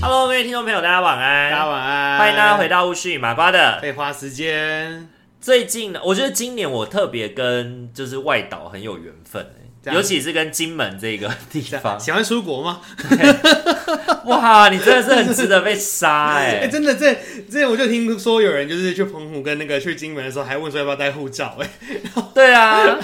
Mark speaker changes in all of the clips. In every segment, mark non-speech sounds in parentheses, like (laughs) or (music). Speaker 1: Hello，各位听众朋友，大家晚安，
Speaker 2: 大家晚安，
Speaker 1: 欢迎大家回到巫师与麻瓜的。
Speaker 2: 废话时间。
Speaker 1: 最近呢，我觉得今年我特别跟就是外岛很有缘分、
Speaker 2: 这
Speaker 1: 欸，
Speaker 2: 样
Speaker 1: 尤其是跟金门这个地方。
Speaker 2: 喜欢出国吗？
Speaker 1: 哇，你真的是很值得被杀哎、
Speaker 2: (laughs) 哎、真的，这这我就听说有人就是去澎湖跟那个去金门的时候，还问说要不要带护照、哎，
Speaker 1: 对啊，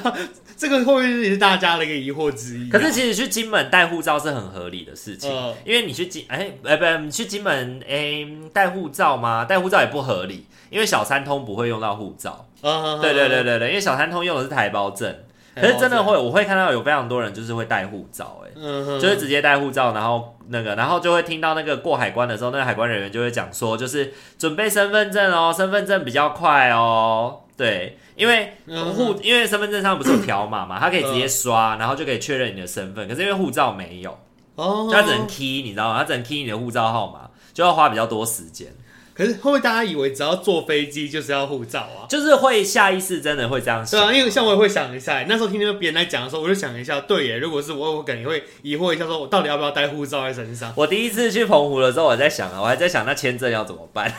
Speaker 2: 这个会不会也是大家的一个疑惑之一、啊
Speaker 1: 可是，其实去金门带护照是很合理的事情，
Speaker 2: 嗯
Speaker 1: 因为你去金哎哎不，你去金门哎带护照吗？带护照也不合理，因为小三通不会用到护照。
Speaker 2: 啊
Speaker 1: 对对对，对对，因为小三通用的是台胞证，可是真的会，我会看到有非常多人就是会带护照、哎、
Speaker 2: 哦嗯哼，
Speaker 1: 就是直接带护照，然后那个，然后就会听到那个过海关的时候，那个海关人员就会讲说，就是准备身份证哦，身份证比较快哦。对，因为
Speaker 2: 嗯
Speaker 1: 护、因为身份证上不是有条码嘛，它可以直接刷，然后就可以确认你的身份。可是因为护照没有，
Speaker 2: 哦
Speaker 1: 就它只能 key，你知道吗？它只能 key 你的护照号码，就要花比较多时间。
Speaker 2: 可是会不会大家以为只要坐飞机就是要护照啊？
Speaker 1: 就是会下意识真的会这样
Speaker 2: 对
Speaker 1: 想。？
Speaker 2: 啊，因为像我也会想一下，那时候听到别人在讲的时候，我就想一下，对耶，如果是我，我可能也会疑惑一下，说我到底要不要带护照在身上
Speaker 1: 我第一次去澎湖的时候，我在想啊，我还在想那签证要怎么办。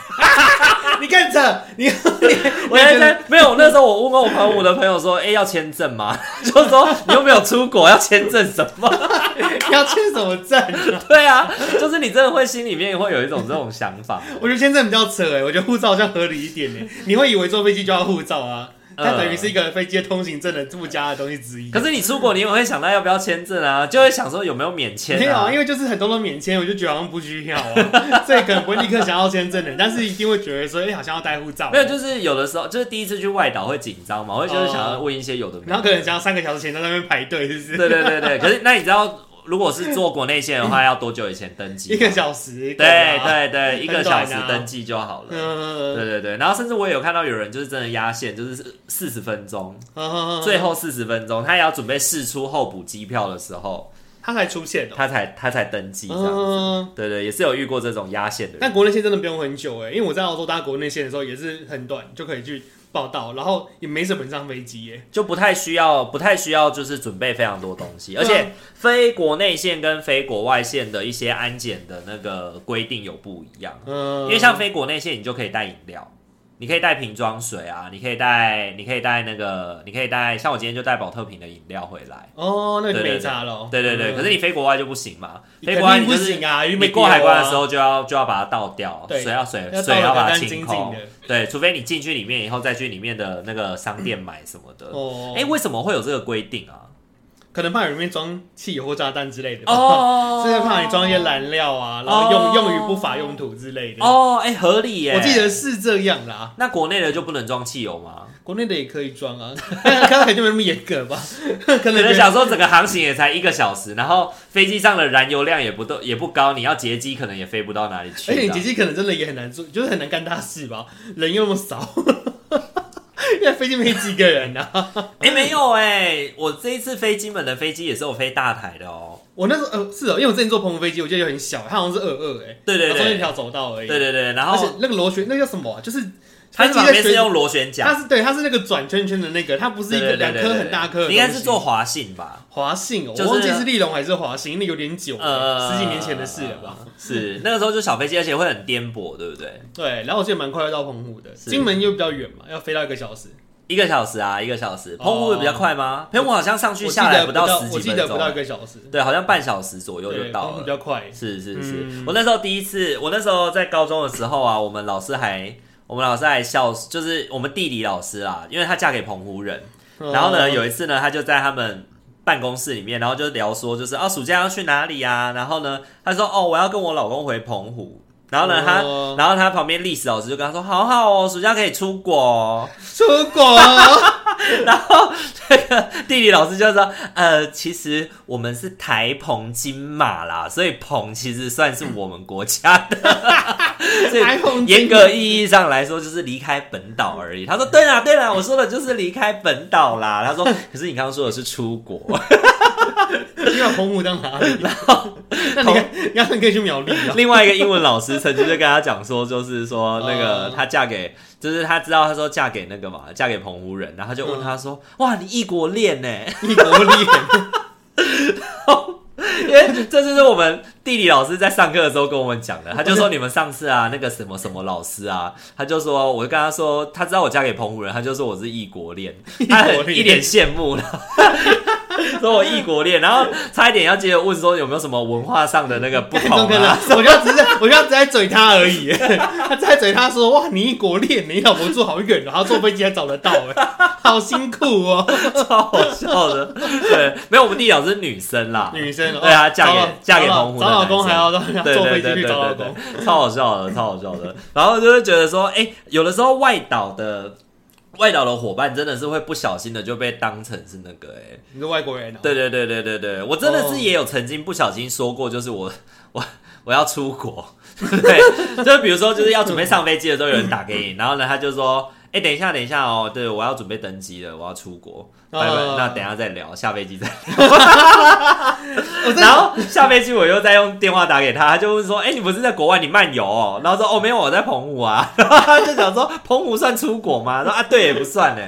Speaker 2: (laughs) 你看这，
Speaker 1: (laughs)
Speaker 2: 你你
Speaker 1: 我还在没有，那时候我问过我朋友我的朋友说，哎、要签证吗？ (laughs) 就说你又没有出国，要签证什么？ (laughs)
Speaker 2: 你要签什么证啊？ (laughs)
Speaker 1: 对啊，就是你真的会心里面会有一种这种想法。
Speaker 2: 我觉得签证比较扯哎，我觉得护照好像合理一点
Speaker 1: (laughs)
Speaker 2: 呢。你会以为坐飞机就要护照啊？它
Speaker 1: 呃
Speaker 2: 等于是一个飞机的通行证的附加的东西之一。
Speaker 1: 可是你出国，你也会想到要不要签证啊，就会想说有没有免签
Speaker 2: 没有
Speaker 1: 啊
Speaker 2: 啊，因？为就是很多都免签，我就觉得好像不需要
Speaker 1: (laughs)
Speaker 2: 啊，所以可能不会立刻想要签证的，但是一定会觉得说，哎、好像要带护照。
Speaker 1: 没有，就是有的时候，就是第一次去外岛会紧张嘛，会就是想要问一些有的没的。
Speaker 2: 哦然后可能想要三个小时前在那边排队，是不是？
Speaker 1: 对对对对，可是那你知道，如果是坐国内线的话，要多久以前登记吗？
Speaker 2: (laughs) 一个小时。啊
Speaker 1: 对对对，一个
Speaker 2: 很
Speaker 1: 小
Speaker 2: 短
Speaker 1: 时
Speaker 2: 啊
Speaker 1: 登记就好了。
Speaker 2: 嗯，
Speaker 1: 对对对，然后甚至我也有看到有人就是真的压线，就是四十分钟，
Speaker 2: 嗯
Speaker 1: 最后四十分钟，他也要准备试出候补机票的时候，
Speaker 2: 他才出现哦。
Speaker 1: 他才他才登记这样子。
Speaker 2: 嗯，
Speaker 1: 对对，也是有遇过这种压线的人。
Speaker 2: 但国内线真的不用很久哎，因为我在澳洲搭国内线的时候也是很短就可以去报到，然后也没什么人上飞机耶。
Speaker 1: 就不太需要，不太需要，就是准备非常多东西，
Speaker 2: 对
Speaker 1: 而
Speaker 2: 啊
Speaker 1: 且非国内线跟非国外线的一些安检的那个规定有不一样，
Speaker 2: 嗯，
Speaker 1: 因为像非国内线，你就可以带饮料，你可以带瓶装水啊，你可以带，你可以带那个，你可以带，像我今天就带保特瓶的饮料回来，
Speaker 2: 哦，那就没差了。
Speaker 1: 对对对，可是你飞国外就不行嘛，
Speaker 2: 你
Speaker 1: 飞
Speaker 2: 嗯肯
Speaker 1: 国外
Speaker 2: 定
Speaker 1: 你
Speaker 2: 不
Speaker 1: 就是
Speaker 2: 行啊，因为
Speaker 1: 你
Speaker 2: 没
Speaker 1: 过海关的时
Speaker 2: 丢啊，
Speaker 1: 候就要就要把它倒掉，
Speaker 2: 对
Speaker 1: 水要水
Speaker 2: 要倒
Speaker 1: 水
Speaker 2: 得
Speaker 1: 要把
Speaker 2: 干
Speaker 1: 它
Speaker 2: 干
Speaker 1: 清
Speaker 2: 净
Speaker 1: 空
Speaker 2: 净的，
Speaker 1: 对，除非你进去里面以后再去里面的那个商店买什么的。
Speaker 2: 哦，
Speaker 1: 哎、为什么会有这个规定啊？
Speaker 2: 可能怕有里面装汽油或炸弹之类的吧。
Speaker 1: 哦
Speaker 2: 是啊怕你装一些燃料啊，然后
Speaker 1: 哦
Speaker 2: 用用于不法用途之类的。
Speaker 1: 哦，哎、合理耶。
Speaker 2: 我记得是这样啦，
Speaker 1: 那国内的就不能装汽油吗？
Speaker 2: 国内的也可以装啊， (laughs) 但可能就没那么严格吧， (laughs) 可
Speaker 1: 可
Speaker 2: 能
Speaker 1: 能想说整个航行也才一个小时，然后飞机上的燃油量也不都也不高，你要劫机可能也飞不到哪里去。
Speaker 2: 而且你姐姐可能真的也很难做，就是很难干大事吧， (laughs) 人又那么少， (laughs) 因为飞机没几个人啊。 (laughs)
Speaker 1: 哎、没有哎、我这一次飞金门的飞机也是有飞大台的哦。
Speaker 2: 我那时候呃是哦，因为我之前坐澎湖飞机，我记得就很小，它好像是二二哎，
Speaker 1: 对对
Speaker 2: 然后中间
Speaker 1: 对，
Speaker 2: 一条走道而已。
Speaker 1: 对对对，然
Speaker 2: 而且
Speaker 1: 后
Speaker 2: 那个螺旋那叫什么啊、就是
Speaker 1: 它
Speaker 2: 是
Speaker 1: 旁
Speaker 2: 在
Speaker 1: 边
Speaker 2: 旋
Speaker 1: 是用螺旋桨，
Speaker 2: 它是对，它是那个转圈圈的那个，它不是一个
Speaker 1: 对对对
Speaker 2: 两
Speaker 1: 对
Speaker 2: 颗
Speaker 1: 对
Speaker 2: 很大颗的东
Speaker 1: 你
Speaker 2: 西，
Speaker 1: 应该是做滑行吧？
Speaker 2: (laughs) 华信哦，
Speaker 1: 就是
Speaker 2: 我忘记是立龙还是华信，那有点久了，
Speaker 1: 呃，
Speaker 2: 十几年前的事了吧？？
Speaker 1: 是那个时候就小飞机，而且会很颠簸，对不对？
Speaker 2: 对，然后我记得蛮快要到澎湖的，
Speaker 1: 是
Speaker 2: 金门又比较远嘛，要飞到一个小时，
Speaker 1: 一个小时啊，一个小时。
Speaker 2: 哦
Speaker 1: 澎湖有比较快吗？澎湖好像上去
Speaker 2: 我记
Speaker 1: 下来
Speaker 2: 得
Speaker 1: 不到
Speaker 2: 到
Speaker 1: 十
Speaker 2: 哦我
Speaker 1: 几
Speaker 2: 记
Speaker 1: 分
Speaker 2: 得不到一
Speaker 1: 钟，
Speaker 2: 个小时，
Speaker 1: 对，好像半小时左右
Speaker 2: 对，
Speaker 1: 就
Speaker 2: 澎
Speaker 1: 到
Speaker 2: 湖比
Speaker 1: 了。
Speaker 2: 较快。
Speaker 1: 是是是，
Speaker 2: 嗯
Speaker 1: 我那时候第一次，我那时候在高中的时候啊，我们老师还，我们老师还笑，就是我们地理老师啊，因为她嫁给澎湖人，然后呢，
Speaker 2: 哦
Speaker 1: 有一次呢，他就在他们办公室里面，然后就聊说，就是啊，暑假要去哪里啊？然后呢，他说哦，我要跟我老公回澎湖。然后呢，他
Speaker 2: 哦，
Speaker 1: 然后他旁边历史老师就跟他说，好好哦，暑假可以出国、哦。
Speaker 2: 出国，
Speaker 1: 然后 (laughs) 这个地理老师就说，呃，其实我们是台澎金马啦，所以澎其实算是我们国家
Speaker 2: (laughs)
Speaker 1: 的，所以
Speaker 2: 台澎金马
Speaker 1: 严格意义上来说就是离开本岛而已。他说对啦对啊啦，我说的就是离开本岛啦。他说，可是你刚刚说的是出国，
Speaker 2: 你把澎湖
Speaker 1: (laughs)
Speaker 2: 当哪里？那你看，你看你可以去苗栗 (laughs) 啊。
Speaker 1: 另外一个英文老师曾经就跟他讲说，就是说那个
Speaker 2: 嗯
Speaker 1: 她嫁给，就是她知道她说嫁给那个嘛，嫁给澎湖人，然后她就问
Speaker 2: 嗯
Speaker 1: 他说：“哇，你异国恋
Speaker 2: (laughs)
Speaker 1: 呢
Speaker 2: 异国恋，？”
Speaker 1: 因为这就是我们地理老师在上课的时候跟我们讲
Speaker 2: (laughs)
Speaker 1: 的，他就说你们上次啊那个什么什么老师啊，他就说我就跟他说，他知道我嫁给澎湖人，他就说我是异国恋，他
Speaker 2: 异国
Speaker 1: 很
Speaker 2: 恋
Speaker 1: 一脸羡慕 (laughs) 了。说我异国恋，然后差一点要接着问说有没有什么文化上的那个不同
Speaker 2: 那个
Speaker 1: 啊？
Speaker 2: 啦，我就要只是，我就要只在嘴他而已。 (laughs) 他只在嘴他说：“哇，你异国恋，你老婆住好远哦，他坐飞机才找得到，哎， (laughs) 好辛苦哦，
Speaker 1: 超好笑
Speaker 2: (laughs)
Speaker 1: 的。对，没有，我们地理老师是女生啦，
Speaker 2: 女生哦。”
Speaker 1: 对啊嫁给
Speaker 2: 找老
Speaker 1: 嫁给
Speaker 2: 找老
Speaker 1: 澎湖的
Speaker 2: 找老公
Speaker 1: 男
Speaker 2: 还
Speaker 1: 生
Speaker 2: 要让他
Speaker 1: 对
Speaker 2: 坐
Speaker 1: 对
Speaker 2: 飞
Speaker 1: 对
Speaker 2: 机
Speaker 1: 对
Speaker 2: 去找老
Speaker 1: 对
Speaker 2: 公，
Speaker 1: 对，超好笑的，超好笑的。然后就会觉得说，哎、有的时候外岛的。外岛的伙伴真的是会不小心的就被当成是那个哎、
Speaker 2: 你是外国人哦。
Speaker 1: 对对对对对对，我真
Speaker 2: 哦
Speaker 1: 的是也有曾经不小心说过，就是我我我要出国， (laughs) 对，就是比如说就是要准备上飞机的时候，有人打给你，然后呢他就说，哎、等一下等一下哦，对我要准备登机了，我要出国，拜拜，
Speaker 2: 哦
Speaker 1: 那等一下再聊，下飞机再
Speaker 2: 我哦真
Speaker 1: 然
Speaker 2: 的，
Speaker 1: 后下飞机我又再用电话打给他，他就问说：“哎、你不是在国外，你漫游、哦？”然后说：“哦，没有，我在澎湖啊。” (laughs) 然后他就想说：“澎湖算出国吗？”说：“啊，对，也不算呢。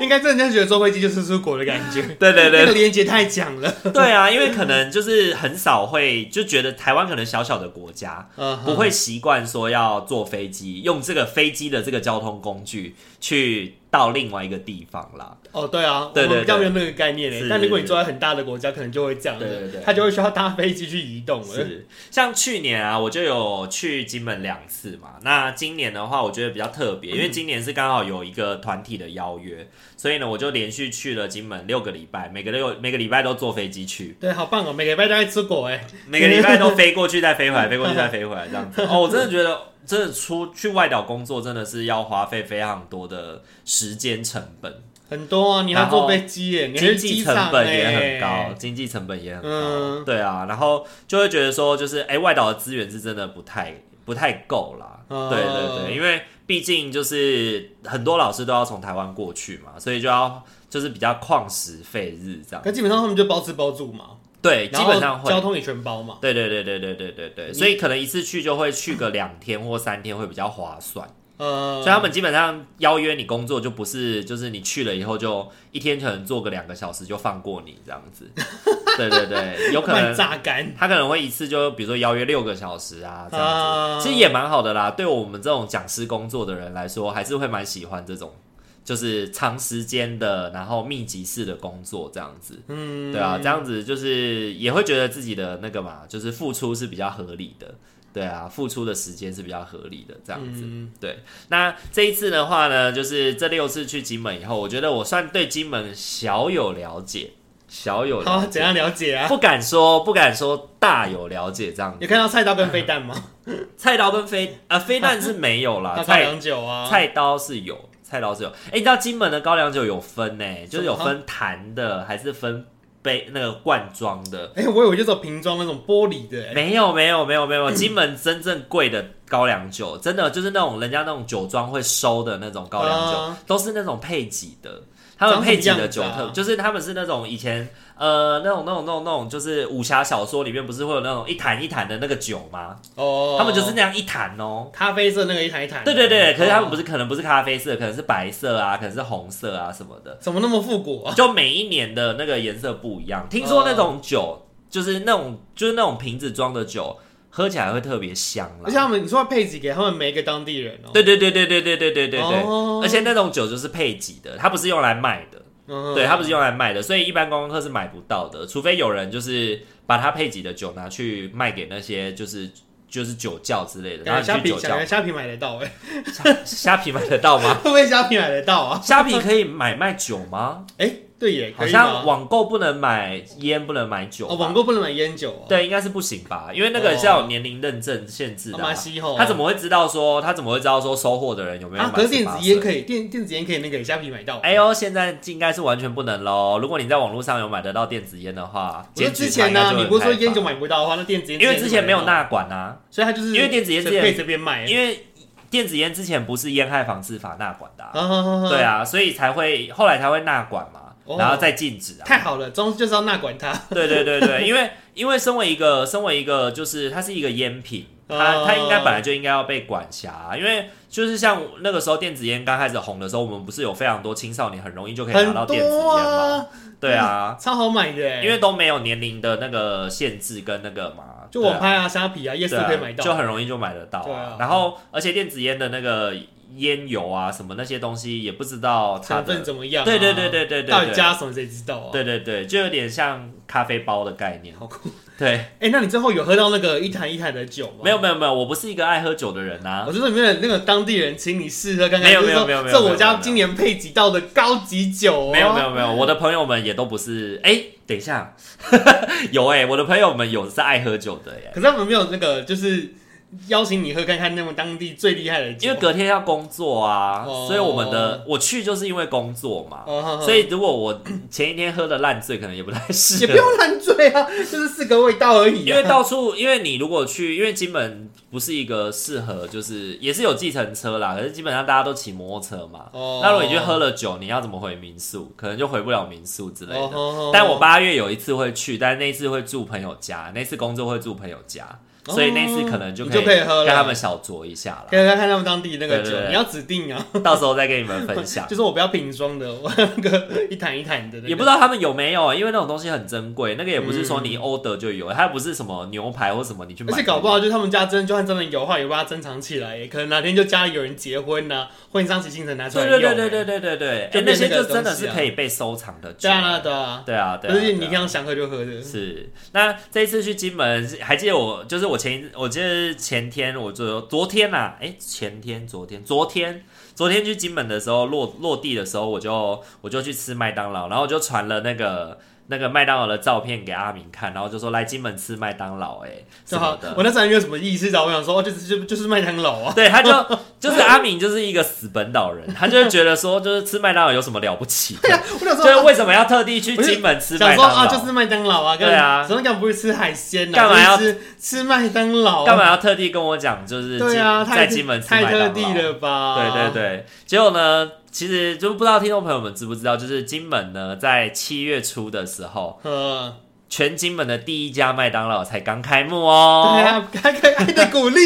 Speaker 2: 应该真的就觉得坐飞机就是出国的感觉”。
Speaker 1: (laughs) 对对
Speaker 2: 那个
Speaker 1: 对
Speaker 2: 连接太强了， (laughs)
Speaker 1: 对啊，因为可能就是很少会就觉得台湾可能小小的国家
Speaker 2: 嗯哼
Speaker 1: 不会习惯说要坐飞机，用这个飞机的这个交通工具去到另外一个地方啦。
Speaker 2: 哦，对啊，
Speaker 1: 对
Speaker 2: 我们
Speaker 1: 对
Speaker 2: 比较
Speaker 1: 对
Speaker 2: 没有那个概念嘞
Speaker 1: 是。
Speaker 2: 但如果你住在很大的国家，可能就会这样，
Speaker 1: 对对对
Speaker 2: 他就会需要搭飞机去移动了。
Speaker 1: 是，像去年啊，我就有去金门两次嘛。那今年的话，我觉得比较特
Speaker 2: 嗯
Speaker 1: 别，因为今年是刚好有一个团体的邀约，所以呢，我就连续去了金门六个礼拜，每个六每个礼拜都坐飞机去，
Speaker 2: 对，好棒哦，每个礼拜都在出国哎，
Speaker 1: 每个礼拜都飞过去再飞回
Speaker 2: (laughs)
Speaker 1: 来，飞过去再飞回来这样子。哦，我真的觉得。真的出去外岛工作，真的是要花费非常多的时间成本，
Speaker 2: 很多啊，你要
Speaker 1: 然后
Speaker 2: 坐飞机耶，你还
Speaker 1: 经
Speaker 2: 是
Speaker 1: 济
Speaker 2: 机
Speaker 1: 成
Speaker 2: 上
Speaker 1: 本
Speaker 2: 哎
Speaker 1: 也很高，。经济成本也很高。
Speaker 2: 嗯，
Speaker 1: 对啊，然后就会觉得说，就是哎、外岛的资源是真的不太不太够啦。
Speaker 2: 哦
Speaker 1: 对对对，因为毕竟就是很多老师都要从台湾过去嘛，所以就要就是比较旷时费日这样。
Speaker 2: 可基本上他们就包吃包住嘛，
Speaker 1: 对，基
Speaker 2: 然后
Speaker 1: 本上
Speaker 2: 交
Speaker 1: 会。
Speaker 2: 通也全包嘛。
Speaker 1: 对对对对对对对对，
Speaker 2: 你
Speaker 1: 所以可能一次去就会去个两天或三天会比较划算，
Speaker 2: 呃
Speaker 1: 所以，他们基本上邀约你工作就不是就是你去了以后就一天可能做个两个小时就放过你这样子，对对对，有可
Speaker 2: 卖
Speaker 1: 能
Speaker 2: 榨干
Speaker 1: 他可能会一次就比如说邀约六个小时啊这样子，
Speaker 2: 啊
Speaker 1: 其实也蛮好的啦。对我们这种讲师工作的人来说，还是会蛮喜欢这种就是长时间的，然后密集式的工作这样子。
Speaker 2: 嗯
Speaker 1: 对啊，这样子就是也会觉得自己的那个嘛，就是付出是比较合理的。对啊，付出的时间是比较合理的这样子。
Speaker 2: 嗯
Speaker 1: 对，那这一次的话呢，就是这六次去金门以后，我觉得我算对金门小有了解，小有了
Speaker 2: 好，
Speaker 1: 解。
Speaker 2: 怎样了解啊？
Speaker 1: 不敢说，不敢说大有了解这样子。
Speaker 2: 有看到菜刀跟飞弹吗？
Speaker 1: (laughs) 菜刀跟飞啊、飞弹是没有
Speaker 2: (laughs)
Speaker 1: 啦，
Speaker 2: 那高
Speaker 1: 菜
Speaker 2: 粱酒啊，
Speaker 1: 菜刀是有，菜刀是有。哎、你知道金门的高粱酒有分呢、就是有分坛的，还是分杯那个罐装的？
Speaker 2: 哎，我以为就是有瓶装那种玻璃的哎，
Speaker 1: 没有，没有，没有，没有。金门真正贵的高粱酒，真的就是那种人家那种酒庄会收的那种高粱酒，
Speaker 2: 啊
Speaker 1: 都是那种配给的。他们配给的酒
Speaker 2: 长什么
Speaker 1: 特，
Speaker 2: 样子啊
Speaker 1: 就是他们是那种以前呃那种那种那种那种，就是武侠小说里面不是会有那种一坛一坛的那个酒吗？
Speaker 2: 哦，
Speaker 1: 他们就是那样一坛哦。
Speaker 2: 咖啡色那个一台一台。
Speaker 1: 对对对，可是他们不
Speaker 2: 是
Speaker 1: 是可能不是咖啡色，可能是白色啊，可能是红色啊什么的，
Speaker 2: 怎么那么复古啊？
Speaker 1: 就每一年的那个颜色不一样。听说那种
Speaker 2: 哦
Speaker 1: 酒就是那种就是那种瓶子装的酒，喝起来会特别香
Speaker 2: 而且
Speaker 1: 啦。
Speaker 2: 他们，你说要配给给他们每一个当地人哦、
Speaker 1: 对对对对对对对对对对，
Speaker 2: 哦
Speaker 1: 而且那种酒就是配给的，它不是用来卖的。
Speaker 2: 嗯
Speaker 1: 对，它不是用来卖的，所以一般观光客是买不到的，除非有人就是把它配给的酒拿去卖给那些就是就是酒窖之类的，然后
Speaker 2: 感觉哎虾
Speaker 1: 你去
Speaker 2: 皮，
Speaker 1: 酒
Speaker 2: 感
Speaker 1: 窖
Speaker 2: 觉虾皮买得到哎、 (laughs)
Speaker 1: (laughs) 虾虾皮买得到吗？
Speaker 2: 会不会虾皮买得到啊？
Speaker 1: 虾皮可以买卖酒吗？
Speaker 2: 哎、对耶，可
Speaker 1: 好
Speaker 2: 以
Speaker 1: 像
Speaker 2: 吗？
Speaker 1: 网购不能买烟，不能买酒吧。
Speaker 2: 哦，网购不能买烟酒哦，
Speaker 1: 对，应该是不行吧？因为那个是要有年龄认证限制的、
Speaker 2: 哦，
Speaker 1: 啊
Speaker 2: 蛮。稀吼。
Speaker 1: 他怎么会知道说他怎么会知道说收货的人有没有
Speaker 2: 啊？
Speaker 1: 满
Speaker 2: 可是
Speaker 1: 18
Speaker 2: 电子
Speaker 1: 岁？
Speaker 2: 烟可以，电电子烟可以那个虾皮买到。啊
Speaker 1: 哎呦，现在应该是完全不能喽。如果你在网络上有买得到电子烟的话，
Speaker 2: 我说
Speaker 1: 检举
Speaker 2: 之
Speaker 1: 他
Speaker 2: 前
Speaker 1: 应
Speaker 2: 呢、
Speaker 1: 该就会
Speaker 2: 你不是说
Speaker 1: 很开
Speaker 2: 烟酒
Speaker 1: 放，
Speaker 2: 买不到的话，那电子烟
Speaker 1: 因为之前没有
Speaker 2: 之前就买
Speaker 1: 纳管啊，
Speaker 2: 得到，所以它就是
Speaker 1: 因为电子烟之前
Speaker 2: 可以随便卖。
Speaker 1: 因为电子烟之前不是烟害防治法纳管的、啊，
Speaker 2: 啊哈哈哈
Speaker 1: 对，啊，所以才会后来才会纳管嘛，
Speaker 2: 哦
Speaker 1: 然后再禁止啊。
Speaker 2: 太好了，中就是要纳管 (laughs) 它。
Speaker 1: 对对对对，因为因为身为一个身为一个就是它是一个烟品，它
Speaker 2: 哦
Speaker 1: 它应该本来就应该要被管辖啊、因为就是像那个时候电子烟刚开始红的时候，我们不是有非常多青少年很容易就可以拿
Speaker 2: 很
Speaker 1: 到电子烟
Speaker 2: 多
Speaker 1: 吗？
Speaker 2: 啊，
Speaker 1: 对啊，
Speaker 2: 超好买的欸耶，
Speaker 1: 因为都没有年龄的那个限制跟那个嘛，
Speaker 2: 就
Speaker 1: 对啊
Speaker 2: 网拍啊、虾皮啊、夜市
Speaker 1: 对
Speaker 2: 都
Speaker 1: 啊
Speaker 2: 可以买到，
Speaker 1: 就很容易就买得到、
Speaker 2: 对啊
Speaker 1: 然后而且电子烟的那个烟油啊什么那些东西也不知道它
Speaker 2: 成
Speaker 1: 的
Speaker 2: 分，怎么样、啊？
Speaker 1: 对对对对对对
Speaker 2: 到底
Speaker 1: 对，
Speaker 2: 加什么谁知道啊？
Speaker 1: 对对对，就有点像咖啡包的概念，
Speaker 2: 好酷。
Speaker 1: 对。
Speaker 2: 哎、那你最后有喝到那个一坛一坛的酒吗？
Speaker 1: 没有没有没有，我不是一个爱喝酒的人啊呐、
Speaker 2: 我就说里面的那个当地人请你试喝看看，
Speaker 1: 没有
Speaker 2: 就是说
Speaker 1: 没有没有没有
Speaker 2: 这
Speaker 1: 没有
Speaker 2: 我家今年配几道的高级酒、哦，
Speaker 1: 没有没有没有，我的朋友们也都不是。哎、等一下， (laughs) 有哎、我的朋友们有是爱喝酒的耶、
Speaker 2: 可是他们没有那个就是邀请你喝看看那么当地最厉害的酒，
Speaker 1: 因为隔天要工作啊，
Speaker 2: 哦
Speaker 1: 所以我们的我去就是因为工作嘛。
Speaker 2: 哦呵呵
Speaker 1: 所以如果我前一天喝的烂醉，可能也不太适
Speaker 2: 也不
Speaker 1: 合。
Speaker 2: 用烂醉啊，就是四个味道而已、
Speaker 1: 因
Speaker 2: 啊，
Speaker 1: 为到处，因为你如果去，因为金门不是一个适合，就是也是有计程车啦，可是基本上大家都骑摩托车嘛。
Speaker 2: 哦
Speaker 1: 那如果你去喝了酒，你要怎么回民宿？可能就回不了民宿之类的。
Speaker 2: 哦吼吼
Speaker 1: 但我八月有一次会去，但那一次会住朋友家，那次工作会住朋友家，
Speaker 2: 哦
Speaker 1: 所以那次可能就
Speaker 2: 你
Speaker 1: 可以
Speaker 2: 就可以喝了
Speaker 1: 跟他们小酌一下
Speaker 2: (laughs) 可以看看他们当地那个
Speaker 1: 对
Speaker 2: 酒，
Speaker 1: 对对
Speaker 2: 你要指定啊，
Speaker 1: 啦，到时候再跟你们分享
Speaker 2: (laughs) 就。是我不要瓶装的， (laughs) 我那个一坛一坛的、那个
Speaker 1: 也不知道他们有没有，因为那种东西很珍贵，那个也不是说你 order 就有，它不是什么牛排或什么你去买。
Speaker 2: 而且搞嗯不好，就是他们家真的就算真的有的话，也把它珍藏起来耶，可能哪天就家里有人结婚呐、婚丧喜庆才拿出来
Speaker 1: 对
Speaker 2: 用
Speaker 1: 对
Speaker 2: 耶。
Speaker 1: 对对对对对对，
Speaker 2: 就
Speaker 1: 哎那些
Speaker 2: 变那个
Speaker 1: 就真的
Speaker 2: 东西
Speaker 1: 是
Speaker 2: 啊
Speaker 1: 可以被收藏的酒。
Speaker 2: 对啊对啊，
Speaker 1: 对啊，对啊，
Speaker 2: 而且
Speaker 1: 对
Speaker 2: 你
Speaker 1: 啊
Speaker 2: 平常想喝就喝的，
Speaker 1: 是，那这一次去金门，还记得我就是我前一我记得前天我就昨天呐、啊，哎、前天昨天昨天昨天去金门的时候落落地的时候，我就我就去吃麦当劳，然后我就传了那个那个麦当劳的照片给阿明看，然后就说来金门吃麦当劳、哎，什
Speaker 2: 就
Speaker 1: 么
Speaker 2: 好。
Speaker 1: 的。
Speaker 2: 我那时候还没有什么意识到，我想说，哦，就是就就是麦当劳
Speaker 1: (laughs)
Speaker 2: 啊，
Speaker 1: 对，他就就是阿明就是一个死本岛人，他就会觉得说，就是吃麦当劳有什么了不起
Speaker 2: (laughs)
Speaker 1: 的，
Speaker 2: 我想
Speaker 1: 就
Speaker 2: 说
Speaker 1: 是为什么要特地去
Speaker 2: 不是
Speaker 1: 金门吃
Speaker 2: 想
Speaker 1: 麦
Speaker 2: 说
Speaker 1: 当劳？
Speaker 2: 啊，就是麦当劳啊，
Speaker 1: 对啊
Speaker 2: 怎么讲不是吃海鲜呐、
Speaker 1: 干嘛要
Speaker 2: 就是吃吃麦当劳？啊
Speaker 1: 干？嘛要特地跟我讲？就是
Speaker 2: 对啊，
Speaker 1: 金在
Speaker 2: 太
Speaker 1: 金门吃
Speaker 2: 太
Speaker 1: 麦当
Speaker 2: 特
Speaker 1: 劳
Speaker 2: 地了吧？
Speaker 1: 对对对，结果呢，其实就不知道听众朋友们知不知道，就是金门呢，在七月初的时候，
Speaker 2: 对，呃，
Speaker 1: 全金门的第一家麦当劳才刚开幕哦。
Speaker 2: 对啊，还可以爱的
Speaker 1: (laughs)
Speaker 2: 鼓励，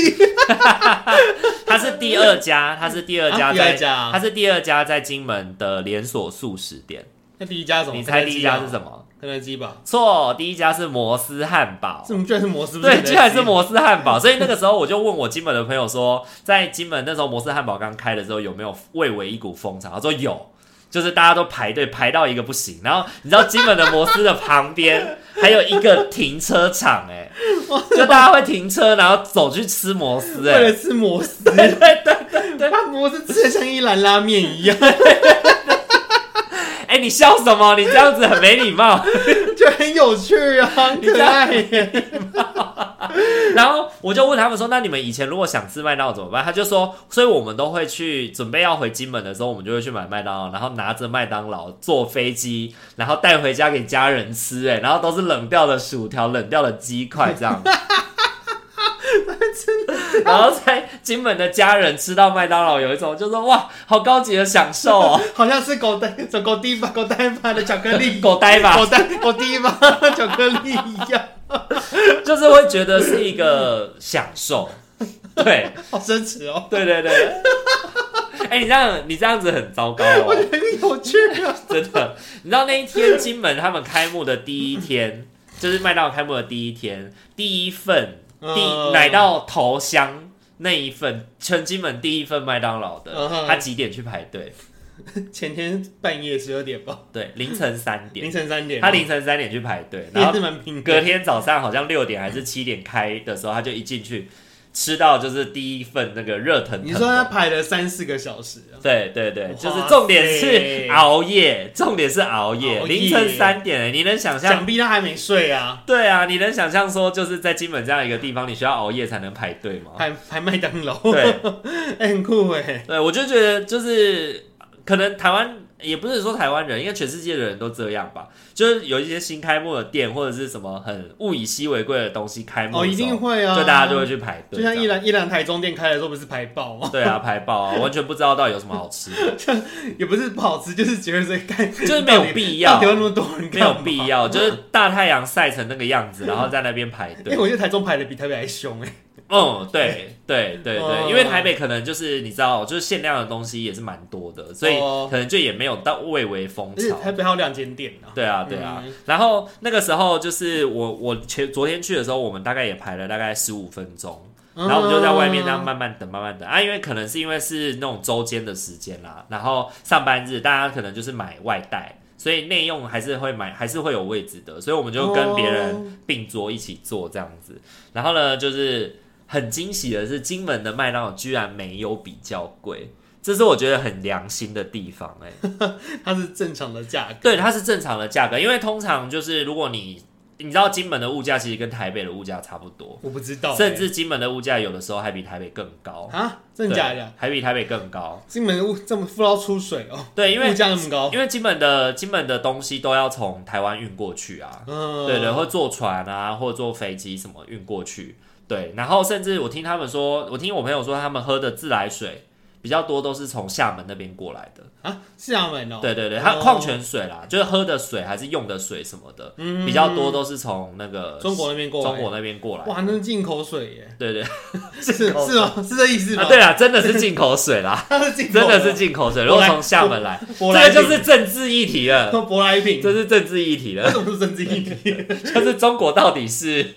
Speaker 1: 它是第二家，它是第二家
Speaker 2: 啊第二
Speaker 1: 在，
Speaker 2: 家
Speaker 1: 它是第二家在金门的连锁素食店。
Speaker 2: 那第一家是什么？
Speaker 1: 你猜第一家是什
Speaker 2: 么？
Speaker 1: 么？
Speaker 2: 啊肯德基吧？
Speaker 1: 错，第一家是摩斯汉堡。
Speaker 2: 这居然是摩斯，不
Speaker 1: 对，居然
Speaker 2: 肯德
Speaker 1: 是
Speaker 2: 基。
Speaker 1: 摩斯汉堡，所以那个时候我就问我金门的朋友说，在金门那时候摩斯汉堡刚开的时候有没有蔚为一股风潮？他说有，就是大家都排队排到一个不行。然后你知道金门的摩斯的旁
Speaker 2: (laughs)
Speaker 1: 边还有一个停车场、欸，哎，就大家会停车然后走去吃摩斯、
Speaker 2: 为
Speaker 1: 欸，
Speaker 2: 了
Speaker 1: 哎，
Speaker 2: 吃摩
Speaker 1: (laughs)
Speaker 2: 斯，对对对对，把摩斯吃的像一兰拉面一样， (laughs)
Speaker 1: 哎，你笑什么？你这样子很没礼貌。
Speaker 2: 就很有趣啊，很可爱耶。
Speaker 1: (laughs) 然后我就问他们说：“那你们以前如果想吃麦当劳怎么办？”他就说：“所以我们都会去准备要回金门的时候，我们就会去买麦当劳，然后拿着麦当劳坐飞机，然后带回家给家人吃、哎，然后都是冷掉的薯条、冷掉的鸡块这样。”然后在金门的家人吃到麦当劳，有一种就说哇，好高级的享受哦，
Speaker 2: 好像是狗呆，走狗低吧，狗呆吧的巧克 (laughs) 力，
Speaker 1: (laughs) 狗呆吧
Speaker 2: 狗，呆狗低吧 (laughs) 巧克力一样，
Speaker 1: 就是会觉得是一个享受，对，
Speaker 2: 好奢侈哦，
Speaker 1: (laughs) 对对对。 (laughs) 哎、你这样你这样子很糟糕哦，
Speaker 2: 很有趣啊。
Speaker 1: 真的，你知道那一天金门他们开幕的第一天， (laughs) 就是麦当劳开幕的第一天，第一份 (laughs) 第
Speaker 2: 嗯
Speaker 1: 买到头香那一份，全金门第一份麦当劳的
Speaker 2: 嗯，哼
Speaker 1: 他几点去排队？
Speaker 2: 前天半夜十二点吧，
Speaker 1: 对，凌晨三
Speaker 2: 凌
Speaker 1: 点，
Speaker 2: 晨三点，
Speaker 1: 他
Speaker 2: (laughs)
Speaker 1: 凌晨三点去排队，然
Speaker 2: 也
Speaker 1: 后
Speaker 2: 是蛮平
Speaker 1: 隔
Speaker 2: 的。
Speaker 1: 天早上好像六点还是七点开的时候，他就一进去。吃到就是第一份那个热腾腾的。
Speaker 2: 你说他排了三四个小时啊，
Speaker 1: 对对对，
Speaker 2: 哇
Speaker 1: 就是重点
Speaker 2: 塞
Speaker 1: 是熬夜，重点是熬夜，
Speaker 2: 熬夜
Speaker 1: 凌晨三点、欸，你能想象？
Speaker 2: 想必他还没睡啊，
Speaker 1: 对啊，你能想象说就是在金门这样一个地方，你需要熬夜才能排队
Speaker 2: (laughs)
Speaker 1: 吗？
Speaker 2: 排排麦当劳，
Speaker 1: 啊对
Speaker 2: (laughs) 哎很酷哎，
Speaker 1: 对，我就觉得就是可能台湾也不是说台湾人，应该全世界的人都这样吧，就是有一些新开幕的店或者是什么很物以稀为贵的东西开幕
Speaker 2: 哦，
Speaker 1: 的时候，
Speaker 2: 一定会啊，
Speaker 1: 就大家就会去排队
Speaker 2: 就
Speaker 1: 这样，
Speaker 2: 像一兰一兰台中店开的时候不是排爆吗？ (laughs)
Speaker 1: 对啊，排爆啊，完全不知道到底有什么好吃的，
Speaker 2: 也不是不好吃，就是觉得这干
Speaker 1: 就是没有必要
Speaker 2: 到底有那么多人
Speaker 1: 没
Speaker 2: 干嘛
Speaker 1: 有必。要，就是大太阳晒成那个样子，然后在那边排
Speaker 2: 因
Speaker 1: 队
Speaker 2: (laughs) 为。我觉得台中排的比台北还凶哎、
Speaker 1: 嗯，对对对
Speaker 2: 哦
Speaker 1: 对，因为台北可能就是你知道，就是限量的东西也是蛮多的，所以
Speaker 2: 哦
Speaker 1: 可能就也没有到蔚为风
Speaker 2: 而且
Speaker 1: 潮。
Speaker 2: 台北还有两间店啊。
Speaker 1: 对啊，对啊
Speaker 2: 嗯。
Speaker 1: 然后那个时候就是我我前昨天去的时候，我们大概也排了大概十五分钟，
Speaker 2: 嗯
Speaker 1: 然后我们就在外面这
Speaker 2: 哦
Speaker 1: 样慢慢等，慢慢等啊，因为可能是因为是那种周间的时间啦，然后上班日大家可能就是买外带，所以内用还是会买，还是会有位置的，所以我们就跟别
Speaker 2: 哦
Speaker 1: 人并桌一起坐这样子。然后呢，就是很惊喜的是，金门的麦当劳居然没有比较贵，这是我觉得很良心的地方哎、
Speaker 2: 嗯， (laughs) 它是正常的价格。
Speaker 1: 对，它是正常的价格，因为通常就是如果你你知道金门的物价其实跟台北的物价差不多，
Speaker 2: 我不知道欸、
Speaker 1: 甚至金门的物价有的时候还比台北更高。
Speaker 2: 啊，真的假的？
Speaker 1: 还比台北更高。
Speaker 2: 金门物这么富到出水哦，
Speaker 1: 对，因
Speaker 2: 物
Speaker 1: 为
Speaker 2: 价那么高，
Speaker 1: 因为金门的金门的东西都要从台湾运过去啊，
Speaker 2: 嗯，
Speaker 1: 对对，会坐船啊，或者坐飞机什么运过去。对，然后甚至我听他们说，我听我朋友说，他们喝的自来水比较多都是从厦门那边过来的。
Speaker 2: 啊，厦门哦，
Speaker 1: 对对对，
Speaker 2: 哦
Speaker 1: 它矿泉水啦，就是喝的水还是用的水什么的，比较多都是从那个
Speaker 2: 嗯中国那边过来，
Speaker 1: 中国那边过来的。
Speaker 2: 哇，那是进口水欸耶，
Speaker 1: 对对， (laughs) 啊
Speaker 2: 是是哦，是这意思吗？
Speaker 1: 对啊，真的是进口水啦，
Speaker 2: 它是进口，
Speaker 1: 真的是进口水。如果从厦门来，
Speaker 2: 舶
Speaker 1: 这
Speaker 2: 来
Speaker 1: 个
Speaker 2: 品，
Speaker 1: 就是政治议题了。
Speaker 2: 舶来品，
Speaker 1: 这是政治议题
Speaker 2: 为
Speaker 1: 了，
Speaker 2: 什么是政治
Speaker 1: (laughs)
Speaker 2: 议题？ (laughs)
Speaker 1: 就是中国到底是。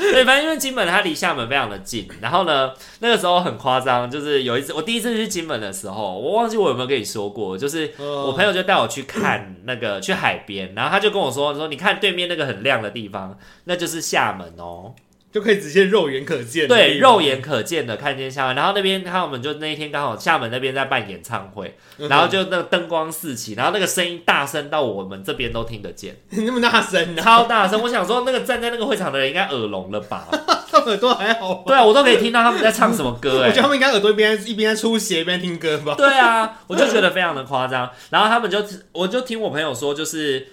Speaker 1: 对，反正因为金门它离厦门非常的近，然后呢，那个时候很夸张，就是有一次我第一次去金门的时候，我忘记我有没有跟你说过，就是我
Speaker 2: 我
Speaker 1: 朋友就带我去看那个去海边，然后他就跟我说，说你看对面那个很亮的地方，那就是厦门哦，
Speaker 2: 就可以直接肉眼可见的地方，
Speaker 1: 对，肉眼可见的看见厦门，然后那边他们就那一天刚好厦门那边在办演唱会，
Speaker 2: 嗯，
Speaker 1: 然后就那个灯光四起，然后那个声音大声到我们这边都听得见。
Speaker 2: 那么大声呢，
Speaker 1: 超大声！我想说，那个站在那个会场的人应该耳聋了吧？ (laughs)
Speaker 2: 他们耳朵还好吧？
Speaker 1: 对啊，我都可以听到他们在唱什么
Speaker 2: (laughs)
Speaker 1: 歌哎、
Speaker 2: 我觉得他们应该耳朵一边一边在出血一边听歌吧。
Speaker 1: 对啊，我就觉得非常的夸张。然后他们就，我就听我朋友说，就是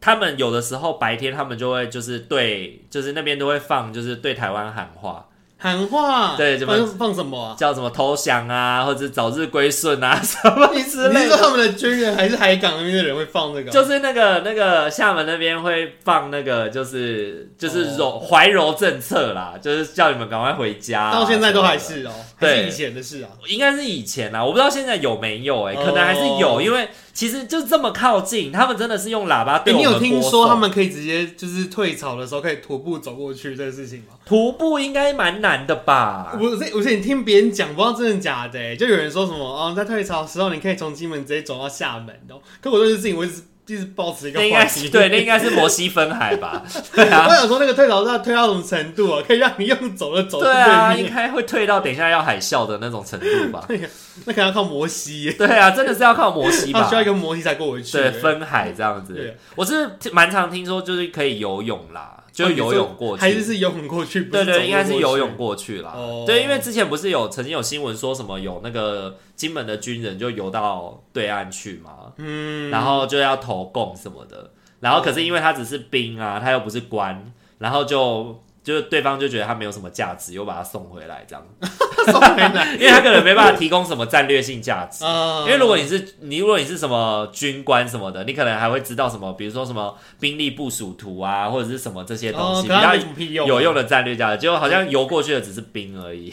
Speaker 1: 他们有的时候白天他们就会就是对，就是那边都会放就是对台湾喊话，
Speaker 2: 喊话，
Speaker 1: 对怎么
Speaker 2: 放放什么啊？
Speaker 1: 叫什么投降啊，或者是早日归顺啊 (laughs) 什么
Speaker 2: 你
Speaker 1: 之
Speaker 2: 是
Speaker 1: 类
Speaker 2: 说
Speaker 1: 的。
Speaker 2: 他们的军人还是海港那边的人会放这个？啊
Speaker 1: 就是那个那个厦门那边会放那个就是就是
Speaker 2: 哦
Speaker 1: 柔怀柔政策啦，就是叫你们赶快回家啊、
Speaker 2: 到现在都还
Speaker 1: 什么的
Speaker 2: 是哦，还
Speaker 1: 对
Speaker 2: 是以前的事啊。
Speaker 1: 应该是以前啊啦，我不知道现在有没有哎、
Speaker 2: 哦
Speaker 1: 可能还是有，因为其实就这么靠近，他们真的是用喇叭对
Speaker 2: 欸
Speaker 1: 我
Speaker 2: 你
Speaker 1: 们
Speaker 2: 有听
Speaker 1: 播
Speaker 2: 说
Speaker 1: 送
Speaker 2: 他们可以直接就是退潮的时候可以徒步走过去这个事情吗？
Speaker 1: 徒步应该蛮难的吧？
Speaker 2: 我是我是你听别人讲，不知道真的假的、欸，就有人说什么哦，在退潮的时候你可以从金门直接走到厦门哦。可我对这件事情我一直一直保持一
Speaker 1: (laughs)
Speaker 2: 个
Speaker 1: 那应
Speaker 2: 怀
Speaker 1: 该
Speaker 2: 疑
Speaker 1: 是
Speaker 2: (laughs)
Speaker 1: 对，那应该是摩西分海吧？ (laughs) 对
Speaker 2: 我
Speaker 1: 啊，
Speaker 2: 想说那个退潮到退到什么程度啊？可以让你用走的走
Speaker 1: 对啊，应
Speaker 2: 面，
Speaker 1: 该会退到等一下要海啸的那种程度吧？
Speaker 2: 对呀、那可能要靠摩西、欸，
Speaker 1: 对啊，真的是要靠摩西
Speaker 2: 他
Speaker 1: 吧
Speaker 2: 需？要一个摩西才过回去、
Speaker 1: 对，
Speaker 2: 欸。
Speaker 1: 分海这样
Speaker 2: 对
Speaker 1: 子，我是蛮常听说，就是可以游泳啦，就
Speaker 2: 哦
Speaker 1: 是
Speaker 2: 你
Speaker 1: 游
Speaker 2: 说
Speaker 1: 泳过去，
Speaker 2: 还是是游泳过去，不
Speaker 1: 对
Speaker 2: 是走
Speaker 1: 对，
Speaker 2: 路
Speaker 1: 应该是
Speaker 2: 过
Speaker 1: 游
Speaker 2: 去
Speaker 1: 泳过去啦。
Speaker 2: 哦
Speaker 1: 对，因为之前不是有曾经有新闻说什么有那个金门的军人就游到对岸去嘛，
Speaker 2: 嗯，哦
Speaker 1: 然后就要投共什么的，然后可是因为他只是兵啊，他又不是官，然后就。就是对方就觉得他没有什么价值，又把他送回来这样，
Speaker 2: (laughs) 送回来。
Speaker 1: 因为他可能没办法提供什么战略性价值。
Speaker 2: 啊
Speaker 1: 因为如果你是你，如果你是什么军官什么的，你可能还会知道什么，比如说什么兵力部署图啊，或者是什么这些东
Speaker 2: 哦，
Speaker 1: 西，比
Speaker 2: 可他
Speaker 1: 较
Speaker 2: 没什么屁用，
Speaker 1: 有用的战略价值，结果好像游过去的只是兵而
Speaker 2: (laughs)
Speaker 1: 已，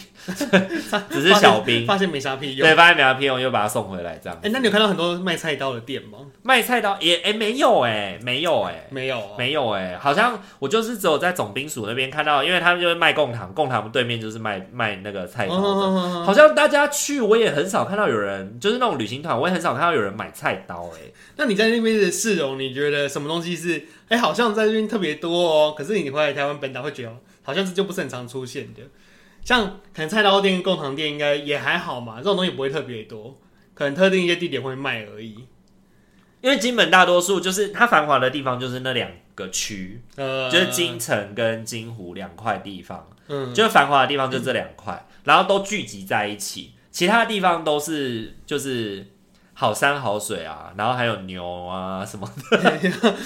Speaker 1: 只是小兵。
Speaker 2: 发现没啥屁用。
Speaker 1: 对，发现没啥屁用，又把它送回来这样
Speaker 2: 哎、
Speaker 1: 子。
Speaker 2: 那你有看到很多卖菜刀的店吗？
Speaker 1: 卖菜刀也哎、没有哎、没有哎、
Speaker 2: 没有啊，
Speaker 1: 没有哎、好像我就是只有在总兵署那边看到，因为他们就是卖贡糖，贡糖对面就是卖卖那个菜刀的。
Speaker 2: 哦
Speaker 1: 好像大家去我也很少看到有人，就是那种旅行团，我也很少看到有人买菜刀哎、
Speaker 2: 那你在那边的市容，你觉得什么东西是哎、好像在这边特别多哦？可是你回来台湾本岛会觉得，好像这就不是很常出现的。像可能菜刀店、贡糖店应该也还好嘛，这种东西不会特别多，可能特定一些地点会卖而已。
Speaker 1: 因为金门大多数就是它繁华的地方就是那两个区，
Speaker 2: 呃，
Speaker 1: 就是金城跟金湖两块地方，
Speaker 2: 嗯，
Speaker 1: 就是繁华的地方就这两块，然后都聚集在一起，其他地方都是就是好山好水啊，然后还有牛啊什么，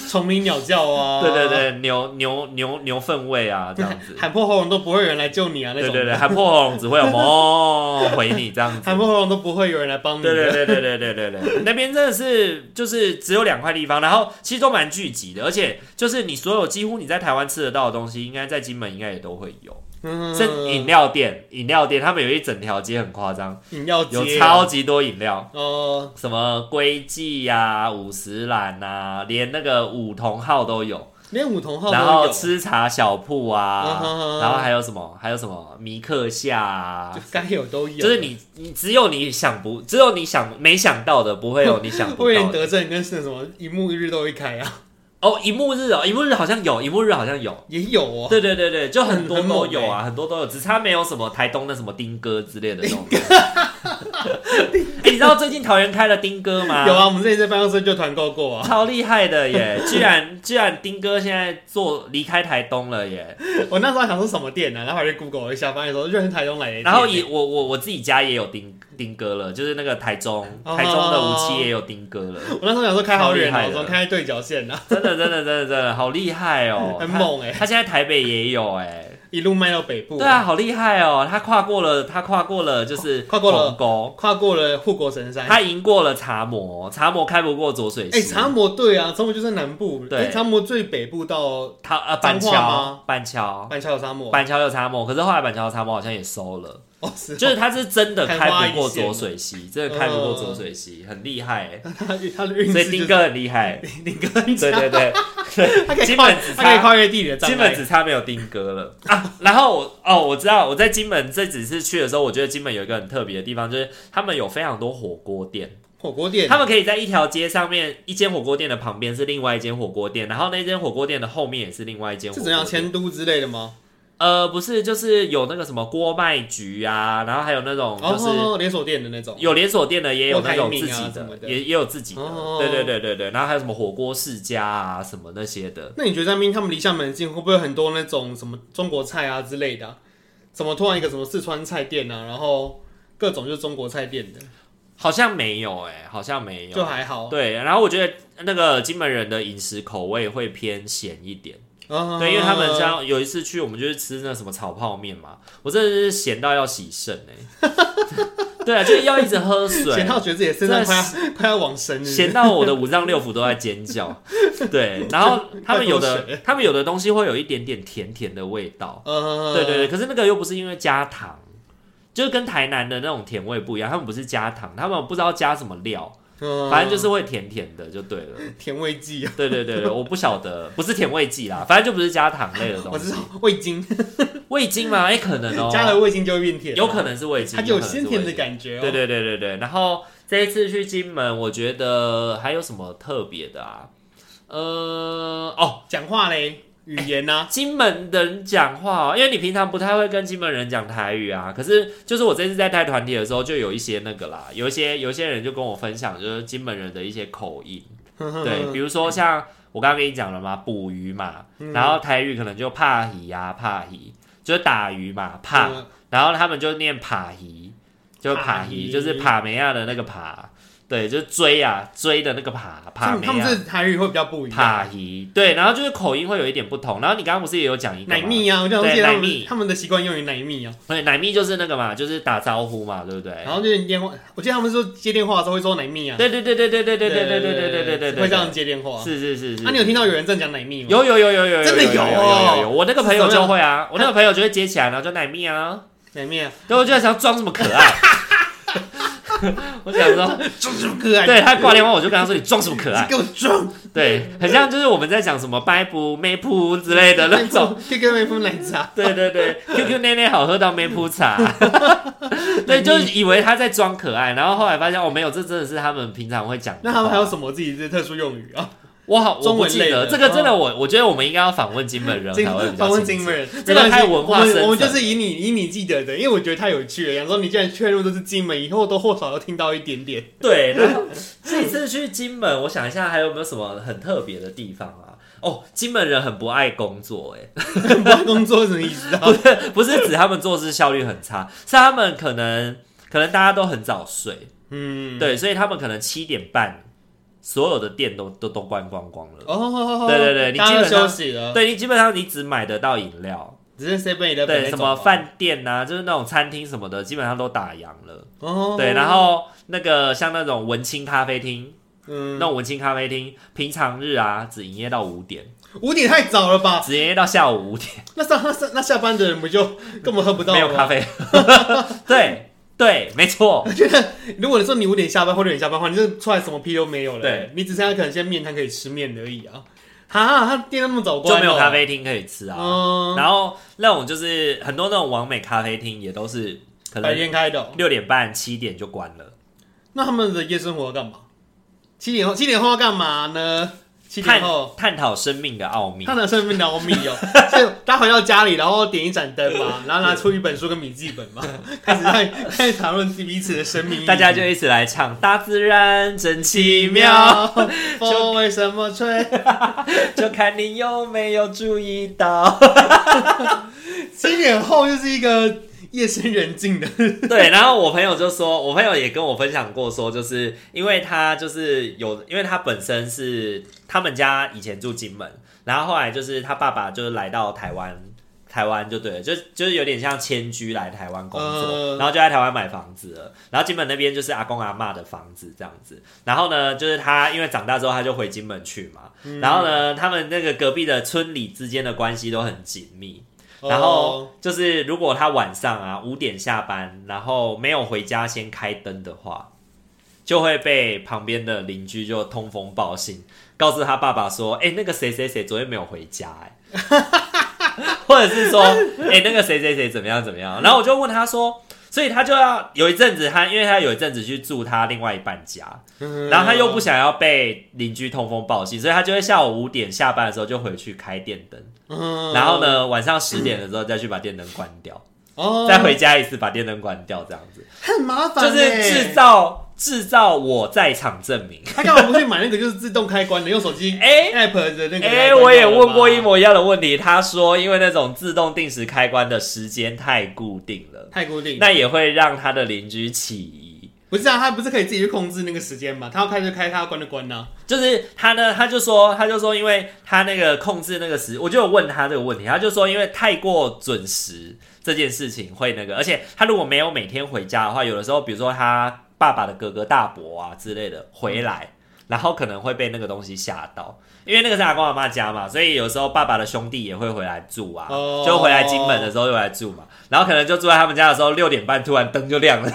Speaker 2: 虫鸣鸟叫
Speaker 1: (laughs)
Speaker 2: 啊，，
Speaker 1: 对对，对，牛牛牛牛粪味啊这样子
Speaker 2: 喊破喉咙都不会有人来救你啊，那
Speaker 1: 对
Speaker 2: 种
Speaker 1: 对对，还破喉咙只会有 (laughs) 哞回你这样子
Speaker 2: 喊。破喉咙都不会有人来帮你的。
Speaker 1: 对对对对对对对对，那边真的是就是只有两块地方，然后其实都蛮聚集的，而且就是你所有几乎你在台湾吃得到的东西，应该在金门应该也都会有，
Speaker 2: 嗯，
Speaker 1: 甚至饮料店，饮料店他们有一整条街很夸张，
Speaker 2: 饮料啊
Speaker 1: 有
Speaker 2: 街
Speaker 1: 超级多饮料，
Speaker 2: 哦，
Speaker 1: 什么龟记呀、五十岚呐，连那个五同号都有，
Speaker 2: 连五同号都
Speaker 1: 然后
Speaker 2: 有
Speaker 1: 吃茶小铺
Speaker 2: 嗯哼
Speaker 1: 啊，
Speaker 2: 哼
Speaker 1: 然后还有什么还有什么米克夏啊
Speaker 2: 就。该有都有，
Speaker 1: 就是你，你只有你想不，只有你想没想到的，不会有你想不到
Speaker 2: 威廉 (laughs)
Speaker 1: 的。
Speaker 2: 德政跟是什么一幕一日都会开啊，
Speaker 1: 哦，一幕日哦，一幕日好像有，一幕日好像有。
Speaker 2: 也有哦。
Speaker 1: 对对对对，就很多
Speaker 2: 很猛欸
Speaker 1: 都有啊，很多都有，只差没有什么台东的什么丁哥之类的那种。哎，你知道最近桃园开了丁哥吗？
Speaker 2: 有，啊，我们之前在办公室就团购过啊。 (laughs)
Speaker 1: 超厉害的耶！居然居然丁哥现在做离开台东了耶。
Speaker 2: 我那时候还想说什么店呢、啊然后还去 Google 一下，发现说就是台东来的店。
Speaker 1: 然后以我我我自己家也有丁丁哥了，就是那个台中
Speaker 2: 哦
Speaker 1: 台中的无期也有丁哥了，
Speaker 2: 我那时候想说开好远
Speaker 1: 超厉害的
Speaker 2: 啊，我说开对角线啊，
Speaker 1: 真的真的真的真的好厉害哦，
Speaker 2: 很猛哎、
Speaker 1: 他。他现在台北也有哎。
Speaker 2: 一路卖到北部。
Speaker 1: 对啊，好厉害哦！他跨过了，他跨过了，就是
Speaker 2: 跨过了
Speaker 1: 鸿沟，
Speaker 2: 跨过了护国神山。
Speaker 1: 他赢过了茶魔，茶魔开不过浊水溪。
Speaker 2: 哎、长摩对啊，长摩就在南部，
Speaker 1: 对
Speaker 2: 哎长摩最北部到
Speaker 1: 他呃板
Speaker 2: 彰化吗
Speaker 1: 桥，板桥，
Speaker 2: 板桥有沙漠，
Speaker 1: 板桥有茶魔，可是后来板桥的茶魔好像也收了，
Speaker 2: 哦是哦，
Speaker 1: 就是他是真的
Speaker 2: 昙
Speaker 1: 开
Speaker 2: 花
Speaker 1: 不过
Speaker 2: 一现
Speaker 1: 浊水溪，真的开不过浊水溪，很厉害欸。
Speaker 2: (laughs) 他他的运
Speaker 1: 所
Speaker 2: 势
Speaker 1: 以
Speaker 2: 就
Speaker 1: 丁
Speaker 2: 是，
Speaker 1: 哥很厉害，
Speaker 2: 丁哥很
Speaker 1: 对
Speaker 2: 强，
Speaker 1: 对对，
Speaker 2: 他可以
Speaker 1: 金
Speaker 2: 跨
Speaker 1: 门只
Speaker 2: 他可以
Speaker 1: 差
Speaker 2: 跨越地理的障
Speaker 1: 金门
Speaker 2: 碍。
Speaker 1: 只差没有丁哥
Speaker 2: (laughs)
Speaker 1: 了啊！然后我哦，我知道我在金门这几次去的时候，我觉得金门有一个很特别的地方，就是他们有非常多火锅店。
Speaker 2: 火锅店，
Speaker 1: 他们可以在一条街上面，一间火锅店的旁边是另外一间火锅店，然后那间火锅店的后面也是另外一间火
Speaker 2: 是
Speaker 1: 锅
Speaker 2: 怎样
Speaker 1: 店。
Speaker 2: 迁都之类的吗？
Speaker 1: 呃，不是，就是有那个什么锅卖局啊，然后还有那种
Speaker 2: 哦，
Speaker 1: 就是
Speaker 2: 哦连锁店的那种，
Speaker 1: 有连锁店的，也有那种
Speaker 2: 郭台铭
Speaker 1: 自
Speaker 2: 啊
Speaker 1: 己
Speaker 2: 什
Speaker 1: 的，
Speaker 2: 么的
Speaker 1: 也也有自己的。
Speaker 2: 哦
Speaker 1: 对对对对对，然后还有什么火锅世家啊，什么那些的。
Speaker 2: 那你觉得在那边他们离厦门近，会不会有很多那种什么中国菜啊之类的啊、怎么突然一个什么四川菜店啊，然后各种就是中国菜店的，
Speaker 1: 好像没有哎、好像没有。
Speaker 2: 就还好。
Speaker 1: 对，然后我觉得那个金门人的饮食口味会偏咸一点。
Speaker 2: 啊
Speaker 1: 对，因为他们像有一次去，我们就是吃那什么炒泡面嘛，我真的是咸到要洗肾哎、 (laughs) 对啊，就是要一直喝水
Speaker 2: 咸，到觉得自己的身上快
Speaker 1: 真
Speaker 2: 要 (laughs) 快要往生日，
Speaker 1: 咸到我的五脏六腑都在尖叫。对，然后他们有
Speaker 2: (laughs) 快
Speaker 1: 的，他们有的东西会有一点点甜甜的味道。
Speaker 2: 呃，
Speaker 1: 对对对，可是那个又不是因为加糖，就是跟台南的那种甜味不一样，他们不是加糖，他们不知道加什么料，
Speaker 2: 嗯
Speaker 1: 反正就是会甜甜的就对了。
Speaker 2: 甜味剂啊，
Speaker 1: 对对对对，我不晓得，不是甜味剂啦，反正就不是加糖类的
Speaker 2: (laughs) 我
Speaker 1: 东
Speaker 2: 知
Speaker 1: 西
Speaker 2: 道。味精，
Speaker 1: 味精吗？哎、可能哦、
Speaker 2: 加了味精就会变甜，啊
Speaker 1: 有可能是味精，
Speaker 2: 它就有
Speaker 1: 可能是
Speaker 2: 鲜甜的
Speaker 1: 味精。
Speaker 2: 感觉哦。
Speaker 1: 对对对对对。然后这一次去金门，我觉得还有什么特别的啊？呃，哦，
Speaker 2: 讲话嘞，语言啊呐，
Speaker 1: 金门人讲话、哦，因为你平常不太会跟金门人讲台语啊。可是就是我这次在带团体的时候，就有一些那个啦，有一些有一些人就跟我分享，就是金门人的一些口音。
Speaker 2: 嗯
Speaker 1: 对，比如说像我刚刚跟你讲了嘛，捕鱼嘛，
Speaker 2: 嗯
Speaker 1: 然后台语可能就怕鱼啊，怕鱼，就是打鱼嘛，怕。
Speaker 2: 嗯
Speaker 1: 然后他们就念帕皮，就是帕
Speaker 2: 帕
Speaker 1: 皮，
Speaker 2: 皮
Speaker 1: 就是帕梅亚的那个帕，对，就是追啊追的那个帕帕
Speaker 2: 他们
Speaker 1: 梅
Speaker 2: 他们
Speaker 1: 亚
Speaker 2: 这台语会比较不一样。
Speaker 1: 帕皮，对，然后就是口音会有一点不同。然后你刚刚不是也有讲一个
Speaker 2: 奶
Speaker 1: 吗？
Speaker 2: 蜜啊，我就想
Speaker 1: 对
Speaker 2: 记得他
Speaker 1: 奶蜜
Speaker 2: 们他们的习惯用于奶蜜啊，
Speaker 1: 对，奶蜜就是那个嘛，就是打招呼嘛，对不对？
Speaker 2: 然后就是电话，我记得他们说接电话的时候会说奶蜜啊，
Speaker 1: 哎对对对对对对对对对对对对对对对，
Speaker 2: 会这样接电话。
Speaker 1: 是是是是。
Speaker 2: 啊，你有听到有人在讲奶蜜吗？
Speaker 1: 有有有有有，
Speaker 2: 真的
Speaker 1: 有
Speaker 2: 有
Speaker 1: 有
Speaker 2: 哦
Speaker 1: 有有，我那个朋友就会啊，我那个朋友就会接起来，然后就奶蜜啊。
Speaker 2: 奶蜜啊，
Speaker 1: 对，我就在想装什么可爱。我想说，
Speaker 2: 装什么可爱？
Speaker 1: 对他挂电话，我就跟他说：“你装什么可爱
Speaker 2: 你给我装？”
Speaker 1: 对，很像就是我们在讲什么拜
Speaker 2: (laughs)
Speaker 1: 布、妹铺之类的那种。
Speaker 2: ，QQ 嗯妹夫奶茶，
Speaker 1: 对对
Speaker 2: (laughs)
Speaker 1: 对，QQ 奶奶好喝到妹铺茶。对，就是以为他在装可爱，然后后来发现哦，没有，这真的是他们平常会讲的话。
Speaker 2: 那他们还有什么自己的特殊用语啊？我好
Speaker 1: 我
Speaker 2: 中
Speaker 1: 不
Speaker 2: 文
Speaker 1: 记
Speaker 2: 类嗯
Speaker 1: 得这个真的我，我觉得我们应该要访问金门人
Speaker 2: 金
Speaker 1: 才会比较
Speaker 2: 访问
Speaker 1: 清
Speaker 2: 金
Speaker 1: 楚
Speaker 2: 门人，
Speaker 1: 这个太文化深
Speaker 2: 我们
Speaker 1: 层
Speaker 2: 我们就是以你以你记得的，因为我觉得太有趣了。想说你既然确认都是金门，以后都或少要听到一点点。 (laughs)
Speaker 1: 对，然后这次去金门，我想一下还有没有什么很特别的地方啊？哦，金门人很不爱工作、欸，
Speaker 2: (laughs) 不知道工作是什么意思
Speaker 1: (laughs)
Speaker 2: 啊？
Speaker 1: 哎，不是指他们做事效率很差，是他们可能可能大家都很早睡，
Speaker 2: 嗯，
Speaker 1: 对，所以他们可能七点半所有的店都都都关光光了。
Speaker 2: 哦，
Speaker 1: 对对对你
Speaker 2: 大家
Speaker 1: 基
Speaker 2: 都
Speaker 1: 本上
Speaker 2: 休息了，
Speaker 1: 对你基本上你只买得到饮料，
Speaker 2: 只是 seven 的
Speaker 1: 对什么饭店呐、就是那种餐厅什么的，基本上都打烊了。
Speaker 2: 哦，
Speaker 1: 对，然后那个像那种文青咖啡厅，那
Speaker 2: 嗯，
Speaker 1: 种文青咖啡厅平常日啊只营业到五点。
Speaker 2: 五点太早了吧？
Speaker 1: 直接到下午五点，
Speaker 2: 那上那上那下班的人不就根本喝不到
Speaker 1: 没有咖
Speaker 2: 吗？
Speaker 1: 啡。 (laughs) 对对，没错，
Speaker 2: 如果你说你五点下班或六点下班的话，你这出来什么屁都没有了。
Speaker 1: 对，
Speaker 2: 你只剩下可能现在面摊可以吃面而已啊。哈，他店那么早关
Speaker 1: 就
Speaker 2: 哦
Speaker 1: 没有咖。啡厅可以吃啊。
Speaker 2: 嗯，
Speaker 1: 然后那种就是很多那种完美咖啡厅也都是可
Speaker 2: 白
Speaker 1: 能
Speaker 2: 天开的哦。
Speaker 1: 六点半七点就关了，
Speaker 2: 那他们的夜生活要干嘛？七点后，七点后要干嘛呢？七
Speaker 1: 探
Speaker 2: 点后，
Speaker 1: 探讨生命的奥秘
Speaker 2: 他。拿生命拿我米哦，所以大家回到家里，然后点一盏
Speaker 1: (laughs)
Speaker 2: 灯嘛，然后拿出一本书跟笔记本嘛，开始在 (laughs) 开始谈论彼此的生命意义。
Speaker 1: 大家就一起来唱《大自然真奇
Speaker 2: (laughs) 奇
Speaker 1: 妙
Speaker 2: 妙，风为什么吹？》，
Speaker 1: 就看你有没有注意到。
Speaker 2: 七点后就是一个夜深人静的，
Speaker 1: 对，然后我朋友就说，我朋友也跟我分享过说，就是因为他就是有，因为他本身是他们家以前住金门，然后后来就是他爸爸就是来到台湾，台湾就对了，就就是有点像迁居来台湾工作，
Speaker 2: 嗯
Speaker 1: 然后就在台湾买房子了，然后金门那边就是阿公阿嬷的房子这样子，然后呢，就是他因为长大之后他就回金门去嘛，然后呢，他们那个隔壁的村里之间的关系都很紧密， (laughs) 然
Speaker 2: 哦
Speaker 1: 后就是，如果他晚上啊五点下班，然后没有回家先开灯的话，就会被旁边的邻居就通风报信，告诉他爸爸说：“哎、那个谁谁谁昨天没有回家、哎， (laughs) 或者
Speaker 2: (laughs)
Speaker 1: 是说，哎、那个谁谁谁怎么样怎么样。”然后我就问他说。所以他就要有一阵子他，因为他有一阵子去住他另外一半家，
Speaker 2: 嗯
Speaker 1: 然后他又不想要被邻居通风报信，所以他就会下午五点下班的时候就回去开电灯，
Speaker 2: 嗯
Speaker 1: 然后呢，晚上十点的时候再去把电灯关掉，
Speaker 2: 哦，
Speaker 1: 再回家一次把电灯关掉，这样子
Speaker 2: 很麻烦
Speaker 1: 就
Speaker 2: 欸，
Speaker 1: 是制造制造我在场证
Speaker 2: (laughs)
Speaker 1: 明。
Speaker 2: 他干嘛不去买那个就是自动开关的，用手机
Speaker 1: (laughs) 哎
Speaker 2: app 的那个？
Speaker 1: 哎、我也问过一，模一样的问题，他说因为那种自动定时开关的时间太固定了，
Speaker 2: 太固定了。
Speaker 1: 那也会让他的邻居起疑。
Speaker 2: 不是啊，他不是可以自己去控制那个时间嘛？他要开就开，他要关就关 (laughs) 呐。
Speaker 1: 就是他呢，他就说，他就说，因为他那个控制那个时，我就有问他这个问题，他就说，因为太过准时这件事情会那个，而且他如果没有每天回家的话，有的时候，比如说他爸爸的哥哥、大伯啊之类的回来，然后可能会被那个东西吓到，因为那个是阿公阿妈家嘛，所以有时候爸爸的兄弟也会回来住啊，
Speaker 2: 哦
Speaker 1: 就回来金门的时候就回来住嘛，然后可能就住在他们家的时候，六点半突然灯就亮了，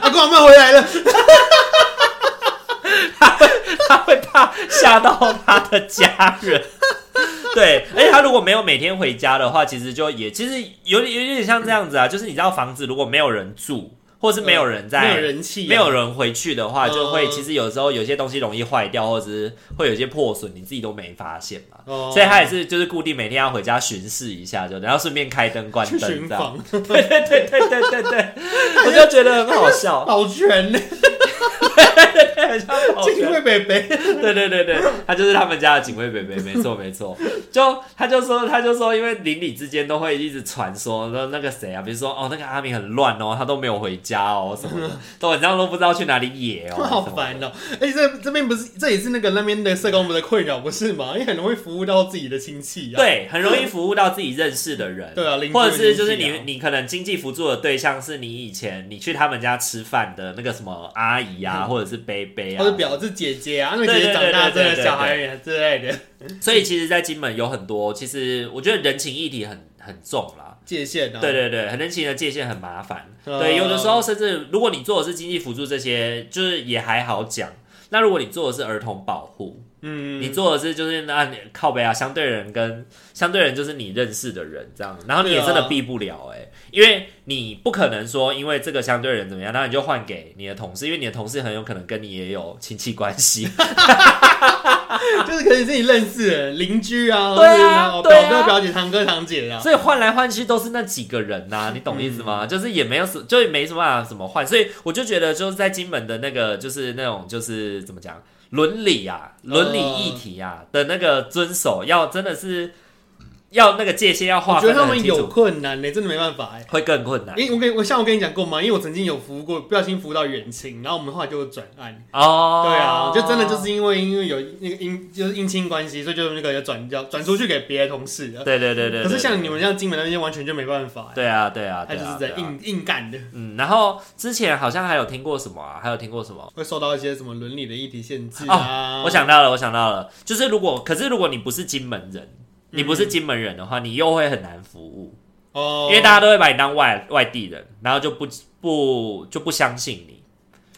Speaker 2: 阿公阿妈回来了，
Speaker 1: 他会怕吓到他的家人。对，而且他如果没有每天回家的话，其实就也其实有点有点像这样子啊，就是你知道房子如果没有人住，或是没有人在，
Speaker 2: 没有人气啊，
Speaker 1: 没有人回去的话，
Speaker 2: 嗯
Speaker 1: 就会其实有时候有些东西容易坏掉，或者是会有一些破损，你自己都没发现嘛。
Speaker 2: 哦
Speaker 1: 所以他也是就是固定每天要回家巡视一下，就然后顺便开灯关
Speaker 2: 去
Speaker 1: 灯
Speaker 2: 巡
Speaker 1: 这样。
Speaker 2: 房， (laughs)
Speaker 1: 对对对对对对对，我就觉得很好笑，
Speaker 2: 保全呢，
Speaker 1: 很像跑
Speaker 2: 警卫北北， (laughs)
Speaker 1: 对对对对，他就是他们家的警卫北北，没错没错。就他就说他就说，因为邻里之间都会一直传说说那个谁啊，比如说哦那个阿明很乱哦，他都没有回家哦什么的，都晚上都不知道去哪里野哦，
Speaker 2: (laughs) 好
Speaker 1: 什么的
Speaker 2: 烦哦。而且这这边不是，这也是那个那边的社工们的困扰，不是吗？因为很容易服务到自己的亲戚啊。，
Speaker 1: 对，很容易服务到自己认识的人，
Speaker 2: 对啊邻居
Speaker 1: 或者是就是
Speaker 2: 邻居
Speaker 1: 你
Speaker 2: 啊
Speaker 1: 你可能经济辅助的对象是你以前你去他们家吃饭的那个什么阿姨啊，或者是伯伯啊，
Speaker 2: 或者嗯表示姐姐啊，那个姐姐
Speaker 1: 对对
Speaker 2: 长大
Speaker 1: 对对
Speaker 2: 真
Speaker 1: 对
Speaker 2: 的小孩也之类的
Speaker 1: 所以其实，在金门有很多，其实我觉得人情议题很很重啦。
Speaker 2: 界限啊。
Speaker 1: 对，对对，很人情的界限很麻烦。
Speaker 2: 嗯
Speaker 1: 对，有的时候甚至如果你做的是经济辅助这些，就是也还好讲。那如果你做的是儿童保护，
Speaker 2: 嗯，
Speaker 1: 你做的是就是那你靠背啊，相对人跟相对人就是你认识的人这样，然后你也
Speaker 2: 对啊
Speaker 1: 真的避不了哎、因为你不可能说因为这个相对人怎么样，然后你就换给你的同事，因为你的同事很有可能跟你也有亲戚关系。
Speaker 2: 就是可以自己认识的邻居啊，
Speaker 1: 对啊
Speaker 2: 或者是然后
Speaker 1: 对啊
Speaker 2: 表哥、表姐、堂哥、堂姐啊。
Speaker 1: 所以换来换去都是那几个人呐、你懂意思
Speaker 2: 嗯
Speaker 1: 吗？就是也没有什，就也没什么办法怎么换，所以我就觉得就是在金门的那个，就是那种就是怎么讲伦理啊、伦理议题
Speaker 2: 哦
Speaker 1: 啊、的那个遵守，要真的是要那个界限要
Speaker 2: 我
Speaker 1: 划
Speaker 2: 觉
Speaker 1: 分
Speaker 2: 得
Speaker 1: 的
Speaker 2: 他
Speaker 1: 很
Speaker 2: 们
Speaker 1: 清
Speaker 2: 有
Speaker 1: 楚，
Speaker 2: 困难呢、真的没办法哎、
Speaker 1: 会更困难
Speaker 2: 因为我跟我像我跟你讲过嘛，因为我曾经有服务过，不小心服务到远亲，然后我们后来就转案。
Speaker 1: 哦。
Speaker 2: 对啊，就真的就是因为因为有那个姻就是姻亲关系，所以就那个要转交转出去给别的同事了。
Speaker 1: 对对对对。
Speaker 2: 可是
Speaker 1: 对
Speaker 2: 像你们像金门那些完全就没办法、欸，
Speaker 1: 对啊对啊，
Speaker 2: 他
Speaker 1: 对
Speaker 2: 就
Speaker 1: 啊
Speaker 2: 是在
Speaker 1: 对啊
Speaker 2: 硬、硬干的，
Speaker 1: 嗯，然后之前好像还有听过什么啊，还有听过什么。
Speaker 2: 会受到一些什么伦理的议题限制啊。
Speaker 1: 哦我想到了，我想到了，就是如果，可是如果你不是金门人，你不是金门人的话，你又会很难服务，
Speaker 2: 哦，
Speaker 1: 因为大家都会把你当外外地人，然后就不不就不相信你，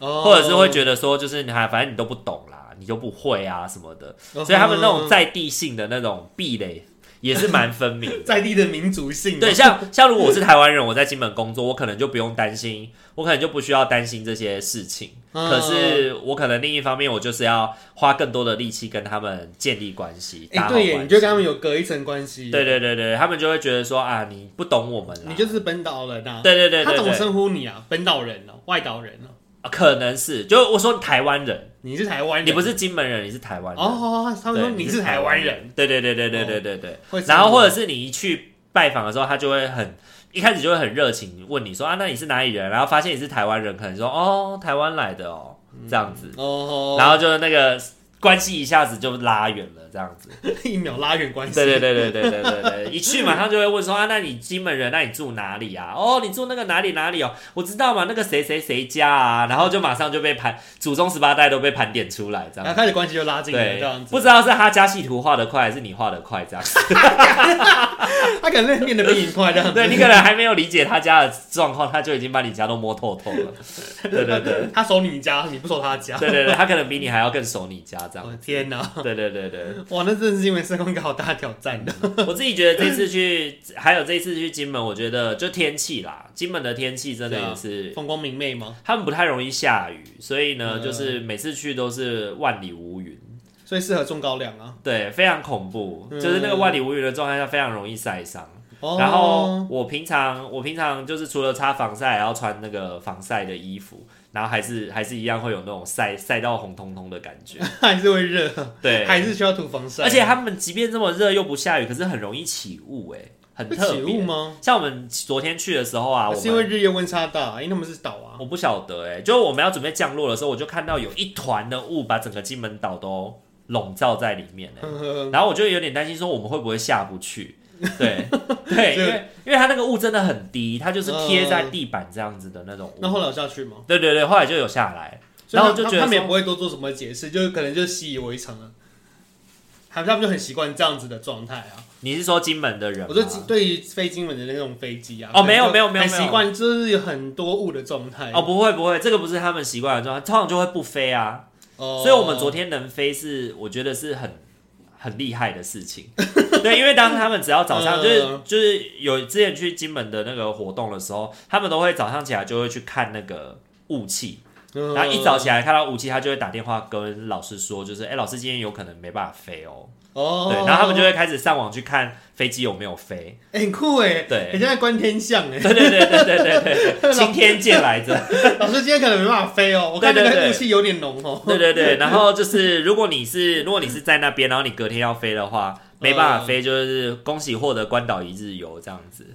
Speaker 2: 哦
Speaker 1: 或者是会觉得说，就是你还反正你都不懂啦，你就不会啊什么的，
Speaker 2: 得
Speaker 1: 所以他们那种
Speaker 2: 嗯
Speaker 1: 在地性的那种壁垒也是蛮分明的
Speaker 2: (laughs) 在地的民族性，
Speaker 1: 对，，像像如果我是台湾人，我在金门工作，我可能就不用担心，我可能就不需要担心这些事情。
Speaker 2: 嗯
Speaker 1: 可是我可能另一方面，我就是要花更多的力气跟他们建立关系，
Speaker 2: 哎、
Speaker 1: 打好
Speaker 2: 对耶，
Speaker 1: 关
Speaker 2: 你就
Speaker 1: 系
Speaker 2: 跟他们有隔一层关系，
Speaker 1: 对，对对对，他们就会觉得说啊，你不懂我们啦，
Speaker 2: 你就是本岛人啊，
Speaker 1: 对对对
Speaker 2: 他
Speaker 1: 对
Speaker 2: 怎么
Speaker 1: 对，
Speaker 2: 称呼你啊？本岛人哦、外岛人哦、
Speaker 1: 啊可能是就我说台湾人，
Speaker 2: 你是台湾人，
Speaker 1: 你不是金门人，你是台湾人，
Speaker 2: 哦，他
Speaker 1: 对
Speaker 2: 们说你是台湾人，，哦
Speaker 1: 对对对对对对对对。
Speaker 2: 会称呼
Speaker 1: 然后或者是你一去拜访的时候，他就会很一开始就会很热情问你说啊，那你是哪里人？然后发现你是台湾人，可能说哦，台湾来的哦，这样子，
Speaker 2: 哦，
Speaker 1: 然后就那个关系一下子就拉远了，这样子。
Speaker 2: 一秒拉远关系，
Speaker 1: 对对对对对对对对，一去马上就会问说啊，那你金门人，那你住哪里啊？哦，你住那个哪里哪里哦，我知道嘛，那个谁谁谁家啊，然后就马上就被盘祖宗十八代都被盘点出来，这
Speaker 2: 然
Speaker 1: 样子。
Speaker 2: 后开始关系就拉近了，
Speaker 1: 对
Speaker 2: 这样，子
Speaker 1: 不，知道是他家系图画的快，还是你画的快，这样。
Speaker 2: 他可能练得比你快，这样
Speaker 1: (laughs)
Speaker 2: 子，
Speaker 1: 对你可能还没有理解他家的状况，他就已经把你家都摸透透了。对对对，
Speaker 2: (laughs) 他守你家，你不守他家，
Speaker 1: 对对对，他可能比你还要更熟你家这
Speaker 2: 我的
Speaker 1: 样。
Speaker 2: 天哪、
Speaker 1: 对对对对，
Speaker 2: 哇，那真的是因为社工一个好大的挑战的。
Speaker 1: 我自己觉得这次去，还有这次去金门，我觉得就天气啦，金门的天气真的也是，
Speaker 2: 风光明媚吗？
Speaker 1: 他们不太容易下雨，所以呢，
Speaker 2: 嗯
Speaker 1: 就是每次去都是万里无云，
Speaker 2: 所以适合种高粱啊。
Speaker 1: 对，非常恐怖，
Speaker 2: 嗯
Speaker 1: 就是那个万里无云的状态下非常容易晒伤。
Speaker 2: 哦、
Speaker 1: 然后我平常我平常就是除了擦防晒，还要穿那个防晒的衣服，然后还是还是一样会有那种晒晒到红彤彤的感觉。
Speaker 2: (laughs) 还是会热，
Speaker 1: 对，
Speaker 2: (laughs) 还是需要涂防晒。啊
Speaker 1: 而且他们即便这么热又不下雨，可是很容易起雾，哎，很
Speaker 2: 会
Speaker 1: 特
Speaker 2: 起雾
Speaker 1: 别。
Speaker 2: 吗？
Speaker 1: 像我们昨天去的时候啊，我
Speaker 2: 是因为
Speaker 1: 们
Speaker 2: 日夜温差大，因为他们是岛啊。
Speaker 1: 我不晓得哎、就是我们要准备降落的时候，我就看到有一团的雾把整个金门岛都笼罩在里面哎、
Speaker 2: 呵呵
Speaker 1: 然后我就有点担心，说我们会不会下不去？对
Speaker 2: (laughs)
Speaker 1: 对，因为因为它那个雾真的很低，它就是贴在地板这样子的那种
Speaker 2: 嗯那
Speaker 1: 雾。
Speaker 2: 后来有下去吗？
Speaker 1: 对对对，后来就有下来，
Speaker 2: 所以
Speaker 1: 然后
Speaker 2: 他
Speaker 1: 就觉得
Speaker 2: 他们也
Speaker 1: 说
Speaker 2: 不会多做什么解释，就是可能就习以为常了。还他们就很习惯这样子的状态啊！
Speaker 1: 你是说金门的人吗？
Speaker 2: 我说对于飞金门的那种飞机啊，
Speaker 1: 啊哦没有
Speaker 2: 可能就
Speaker 1: 没有没有
Speaker 2: 很
Speaker 1: 没有
Speaker 2: 习惯就是有很多雾的状态
Speaker 1: 哦，不会不会，这个不是他们习惯的状态，通常就会不飞啊。
Speaker 2: 哦
Speaker 1: 所以我们昨天能飞是，我觉得是很很厉害的事情。对，因为当他们只要早上就是
Speaker 2: 嗯
Speaker 1: 就是有之前去金门的那个活动的时候，他们都会早上起来就会去看那个雾气，
Speaker 2: 嗯
Speaker 1: 然后一早起来看到雾气，他就会打电话跟老师说，就是哎、老师今天有可能没办法飞哦。
Speaker 2: 哦，
Speaker 1: 对，然后他们就会开始上网去看飞机有没有飞。
Speaker 2: 哎很酷哎，
Speaker 1: 对
Speaker 2: 很像在观天象哎。
Speaker 1: 对对对对对对对，晴天见来着。
Speaker 2: 老师今天可能没办法飞哦，我看那
Speaker 1: 对对
Speaker 2: 个
Speaker 1: 对
Speaker 2: 雾气有点浓哦。
Speaker 1: 对对对，然后就是如果你是如果你是在那边，然后你隔天要飞的话，
Speaker 2: 嗯
Speaker 1: 没办法飞，就是恭喜获得关岛一日游这样子，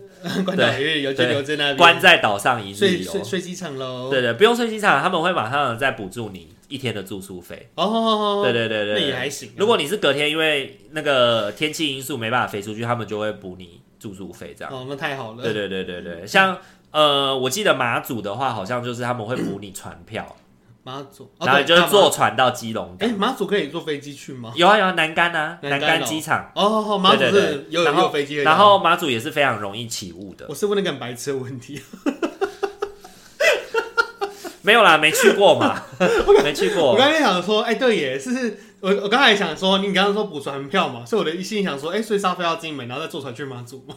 Speaker 2: 关岛一日游就留在那边，
Speaker 1: 关在岛上一
Speaker 2: 睡
Speaker 1: 日游
Speaker 2: 睡。睡机场喽。
Speaker 1: 对对，不用睡机场，他们会马上再补助你一天的住宿费。
Speaker 2: 哦，哦，哦
Speaker 1: 对，对对对，
Speaker 2: 那
Speaker 1: 对
Speaker 2: 也还行啊。
Speaker 1: 如果你是隔天因为那个天气因素没办法飞出去，他们就会补你住宿费这样。
Speaker 2: 哦，那嗯太好了。
Speaker 1: 对对对对对，像呃，我记得马祖的话，好像就是他们会补你船票，
Speaker 2: 马祖，嗯哦
Speaker 1: 然后
Speaker 2: 对
Speaker 1: 你就是
Speaker 2: 大马
Speaker 1: 坐船到基隆
Speaker 2: 哎，
Speaker 1: 港。
Speaker 2: 马祖可以坐飞机去吗？
Speaker 1: 有啊有啊，南竿啊，
Speaker 2: 南
Speaker 1: 南
Speaker 2: 竿
Speaker 1: 竿
Speaker 2: 哦
Speaker 1: 机场。
Speaker 2: 哦，哦马祖
Speaker 1: 对对
Speaker 2: 是有
Speaker 1: 然
Speaker 2: 有
Speaker 1: 后
Speaker 2: 有飞机的。
Speaker 1: 然，后马祖也是非常容易起雾的，
Speaker 2: 我是问那个很白痴的问题，
Speaker 1: 没有啦，没去过嘛，没去
Speaker 2: (laughs) 我
Speaker 1: 过。
Speaker 2: 刚才想说，哎，对耶，是是，我我刚才想说，你刚刚说补船票嘛，所以我的心里想说，哎，所以沙飞到金门，然后再坐船去马祖吗？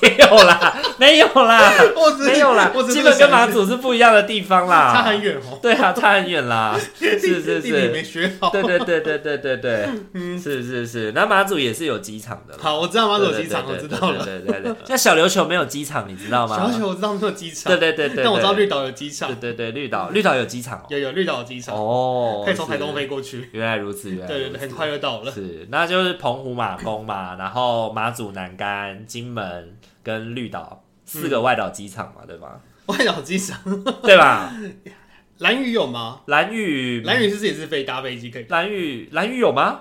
Speaker 1: 没有有啦，没有啦，
Speaker 2: (laughs) 我只是
Speaker 1: 没有啦
Speaker 2: 我，只是
Speaker 1: 基本跟马
Speaker 2: 想
Speaker 1: 祖是不一样的地方啦，
Speaker 2: (laughs) 差很远哦，
Speaker 1: 对啊，差很远
Speaker 2: (laughs)
Speaker 1: 啦，是是
Speaker 2: 地理没
Speaker 1: 是，
Speaker 2: 学好。
Speaker 1: 对对对对对对
Speaker 2: (laughs)
Speaker 1: 对，是是是，那马祖也是有机场的啦，
Speaker 2: 嗯好，我知道马
Speaker 1: 对，
Speaker 2: 祖
Speaker 1: 对
Speaker 2: 机场，我
Speaker 1: 对
Speaker 2: 知
Speaker 1: 对
Speaker 2: 道了。
Speaker 1: 对对对对，像小琉球没有机场，你知道吗？
Speaker 2: 小雪我知道没有机场，
Speaker 1: 对对对对，
Speaker 2: 但我知道
Speaker 1: 对
Speaker 2: 绿岛有机场，
Speaker 1: 对对对绿岛，绿岛有机场哦
Speaker 2: 有有绿岛有机场，
Speaker 1: 哦，哦
Speaker 2: 可以从台东
Speaker 1: 是
Speaker 2: 飞过去。
Speaker 1: 原来如此，原来
Speaker 2: 对
Speaker 1: 如
Speaker 2: 对
Speaker 1: 此
Speaker 2: 对，很快就到了。
Speaker 1: 是，那就是澎湖
Speaker 2: (coughs)
Speaker 1: 马公嘛，然后马祖南竿、金门跟绿岛四个外岛机场嘛，对
Speaker 2: (laughs)
Speaker 1: 吧？
Speaker 2: 外岛机场，
Speaker 1: 对吧？
Speaker 2: 蓝屿有吗？
Speaker 1: 蓝屿，
Speaker 2: 蓝屿是不是也是飞搭飞机可以？
Speaker 1: 蓝屿，蓝屿有吗？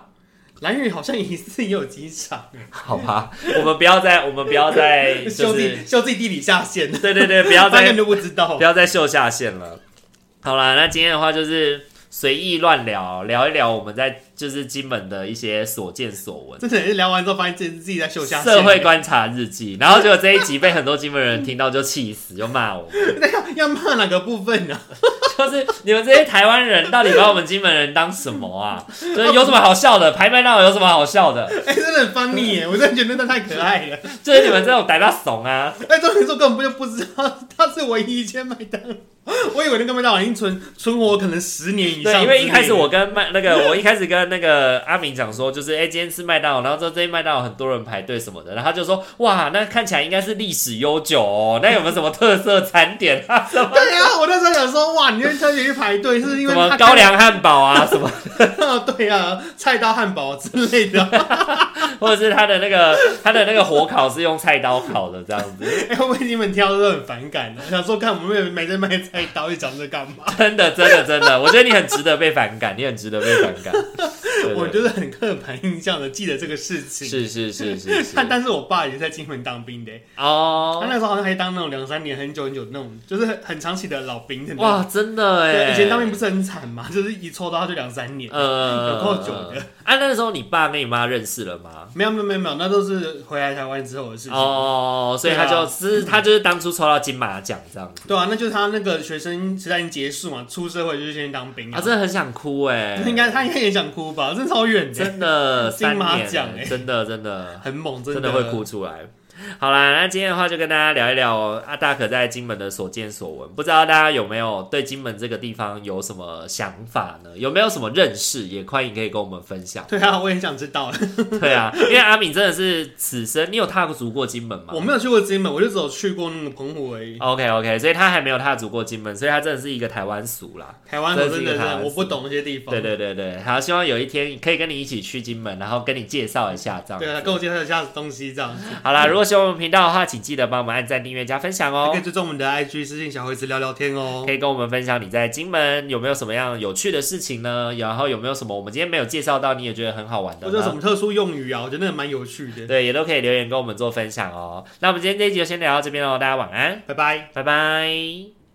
Speaker 2: 蓝屿好像疑似也有机场，
Speaker 1: 好吧，我们不要再，我们不要
Speaker 2: (laughs)
Speaker 1: 再，就
Speaker 2: 秀
Speaker 1: 是
Speaker 2: 自秀自己地理下线，
Speaker 1: 对对对，不要
Speaker 2: 半
Speaker 1: 再
Speaker 2: 个都不知道
Speaker 1: 不。要再秀下限了。好啦，那今天的话就是随意乱聊，聊一聊我们在就是金门的一些所见所闻。
Speaker 2: 真的是聊完之后发现自己自己在秀下线，
Speaker 1: 社会观察日记，然后结果这一集被很多金门人听到就气死，就骂我们，
Speaker 2: 那要要骂哪个部分呢？
Speaker 1: (laughs) 就是你们这些台湾人到底把我们金门人当什么
Speaker 2: (laughs)
Speaker 1: 啊？就是有什么好笑的？排班到有什么好笑的？
Speaker 2: 哎，真的很 funny 耶，我真的觉得那太可爱了。
Speaker 1: 就是你们这种逮到怂啊！
Speaker 2: (laughs) 哎，重点是我根本就不知道他是唯一一间麦当劳，我以为那个麦当劳已经存存活可能十年以上之
Speaker 1: 对，
Speaker 2: 类的。
Speaker 1: 因为一开始我跟麦那个，我一开始跟那个阿明讲说，就是哎、今天吃麦当劳，然后说这些麦当劳很多人排队什么的，然后他就说哇，那看起来应该是历史悠久哦，那有没有什么特色餐点啊？ (laughs) 什么
Speaker 2: 对呀、我那时候想说，哇，你跟小姐去排队是因
Speaker 1: 什
Speaker 2: 为他
Speaker 1: 么高粱汉堡啊，什么
Speaker 2: 看， (laughs) 对呀、菜刀汉堡之类的。
Speaker 1: 或者是他的那个他的那个火烤是用菜刀烤的这样子，
Speaker 2: 哎、我为你们挑都很反感的，想说看我们没没在卖菜刀，就讲这干嘛？
Speaker 1: 真的真的真的，我觉得你很值得被反感，你很值得被反感。对
Speaker 2: (laughs) 我
Speaker 1: 对
Speaker 2: 觉得很刻板印象的记得这个事情。
Speaker 1: 是是是是是
Speaker 2: 但但是我爸也是在金门当兵的、欸他
Speaker 1: 哦，
Speaker 2: 那时候好像还当那种两三年、很久很久那种，就是很很长期的老兵的那种。
Speaker 1: 哇，真的哎，
Speaker 2: 对，以前当兵不是很惨嘛， (laughs) 就是一抽到他就两三年。
Speaker 1: 呃
Speaker 2: 有够久的。
Speaker 1: 啊，那时候你爸跟你妈认识了吗？
Speaker 2: 没有没有没有没有，那都是回来台湾之后的事情。
Speaker 1: 哦，所以他就
Speaker 2: 对啊
Speaker 1: 是他就是当初抽到金马奖这样子，
Speaker 2: 对啊，那就是他那个学生时代已经结束嘛，出社会就是先当兵
Speaker 1: 啊，真的很想哭哎，
Speaker 2: 嗯应该他应该也想哭吧，真的超远的，
Speaker 1: 真的
Speaker 2: 金
Speaker 1: 三
Speaker 2: 马
Speaker 1: 年
Speaker 2: 奖
Speaker 1: 欸，
Speaker 2: 欸
Speaker 1: 真的真的
Speaker 2: 很猛，
Speaker 1: 真
Speaker 2: 的
Speaker 1: 的会。哭出来。好啦，那今天的话就跟大家聊一聊阿大可在金门的所见所闻，不知道大家有没有对金门这个地方有什么想法呢？有没有什么认识？也欢迎可以跟我们分享。
Speaker 2: 对啊，我也很想知道。
Speaker 1: 对啊，因为阿敏真的是此生，你有踏足过金门吗
Speaker 2: 我没有去过金门，我就只有去过那个澎湖而已。
Speaker 1: ？OK OK，所以他还没有踏足过金门，所以他真的是一个台湾俗啦。
Speaker 2: 台湾我
Speaker 1: 这是
Speaker 2: 真
Speaker 1: 一
Speaker 2: 的
Speaker 1: 个台湾
Speaker 2: 是我不懂那些地方。
Speaker 1: 对对对对，好，希望有一天可以跟你一起去金门，然后跟你介绍一下这样
Speaker 2: 对啊，
Speaker 1: 子。
Speaker 2: 跟我介绍一下东西这样子，
Speaker 1: 好啦，如果喜欢我们频道的话，请记得帮我们按赞、订阅、加分享
Speaker 2: 还
Speaker 1: 哦
Speaker 2: 可以。追踪我们的 IG 私信小猴子聊聊天哦
Speaker 1: 可。以跟我们分享你在金门有没有什么样有趣的事情呢？然后有没有什么我们今天没有介绍到，你也觉得很好玩的
Speaker 2: 或者有什
Speaker 1: 呢？
Speaker 2: 么特殊用语啊，我觉得那个蛮有趣的。
Speaker 1: 对，也都可以哦留言跟我们做分享哦。那我们今天这一集就先聊到这边喽，大家晚安，
Speaker 2: 拜拜。
Speaker 1: 拜拜。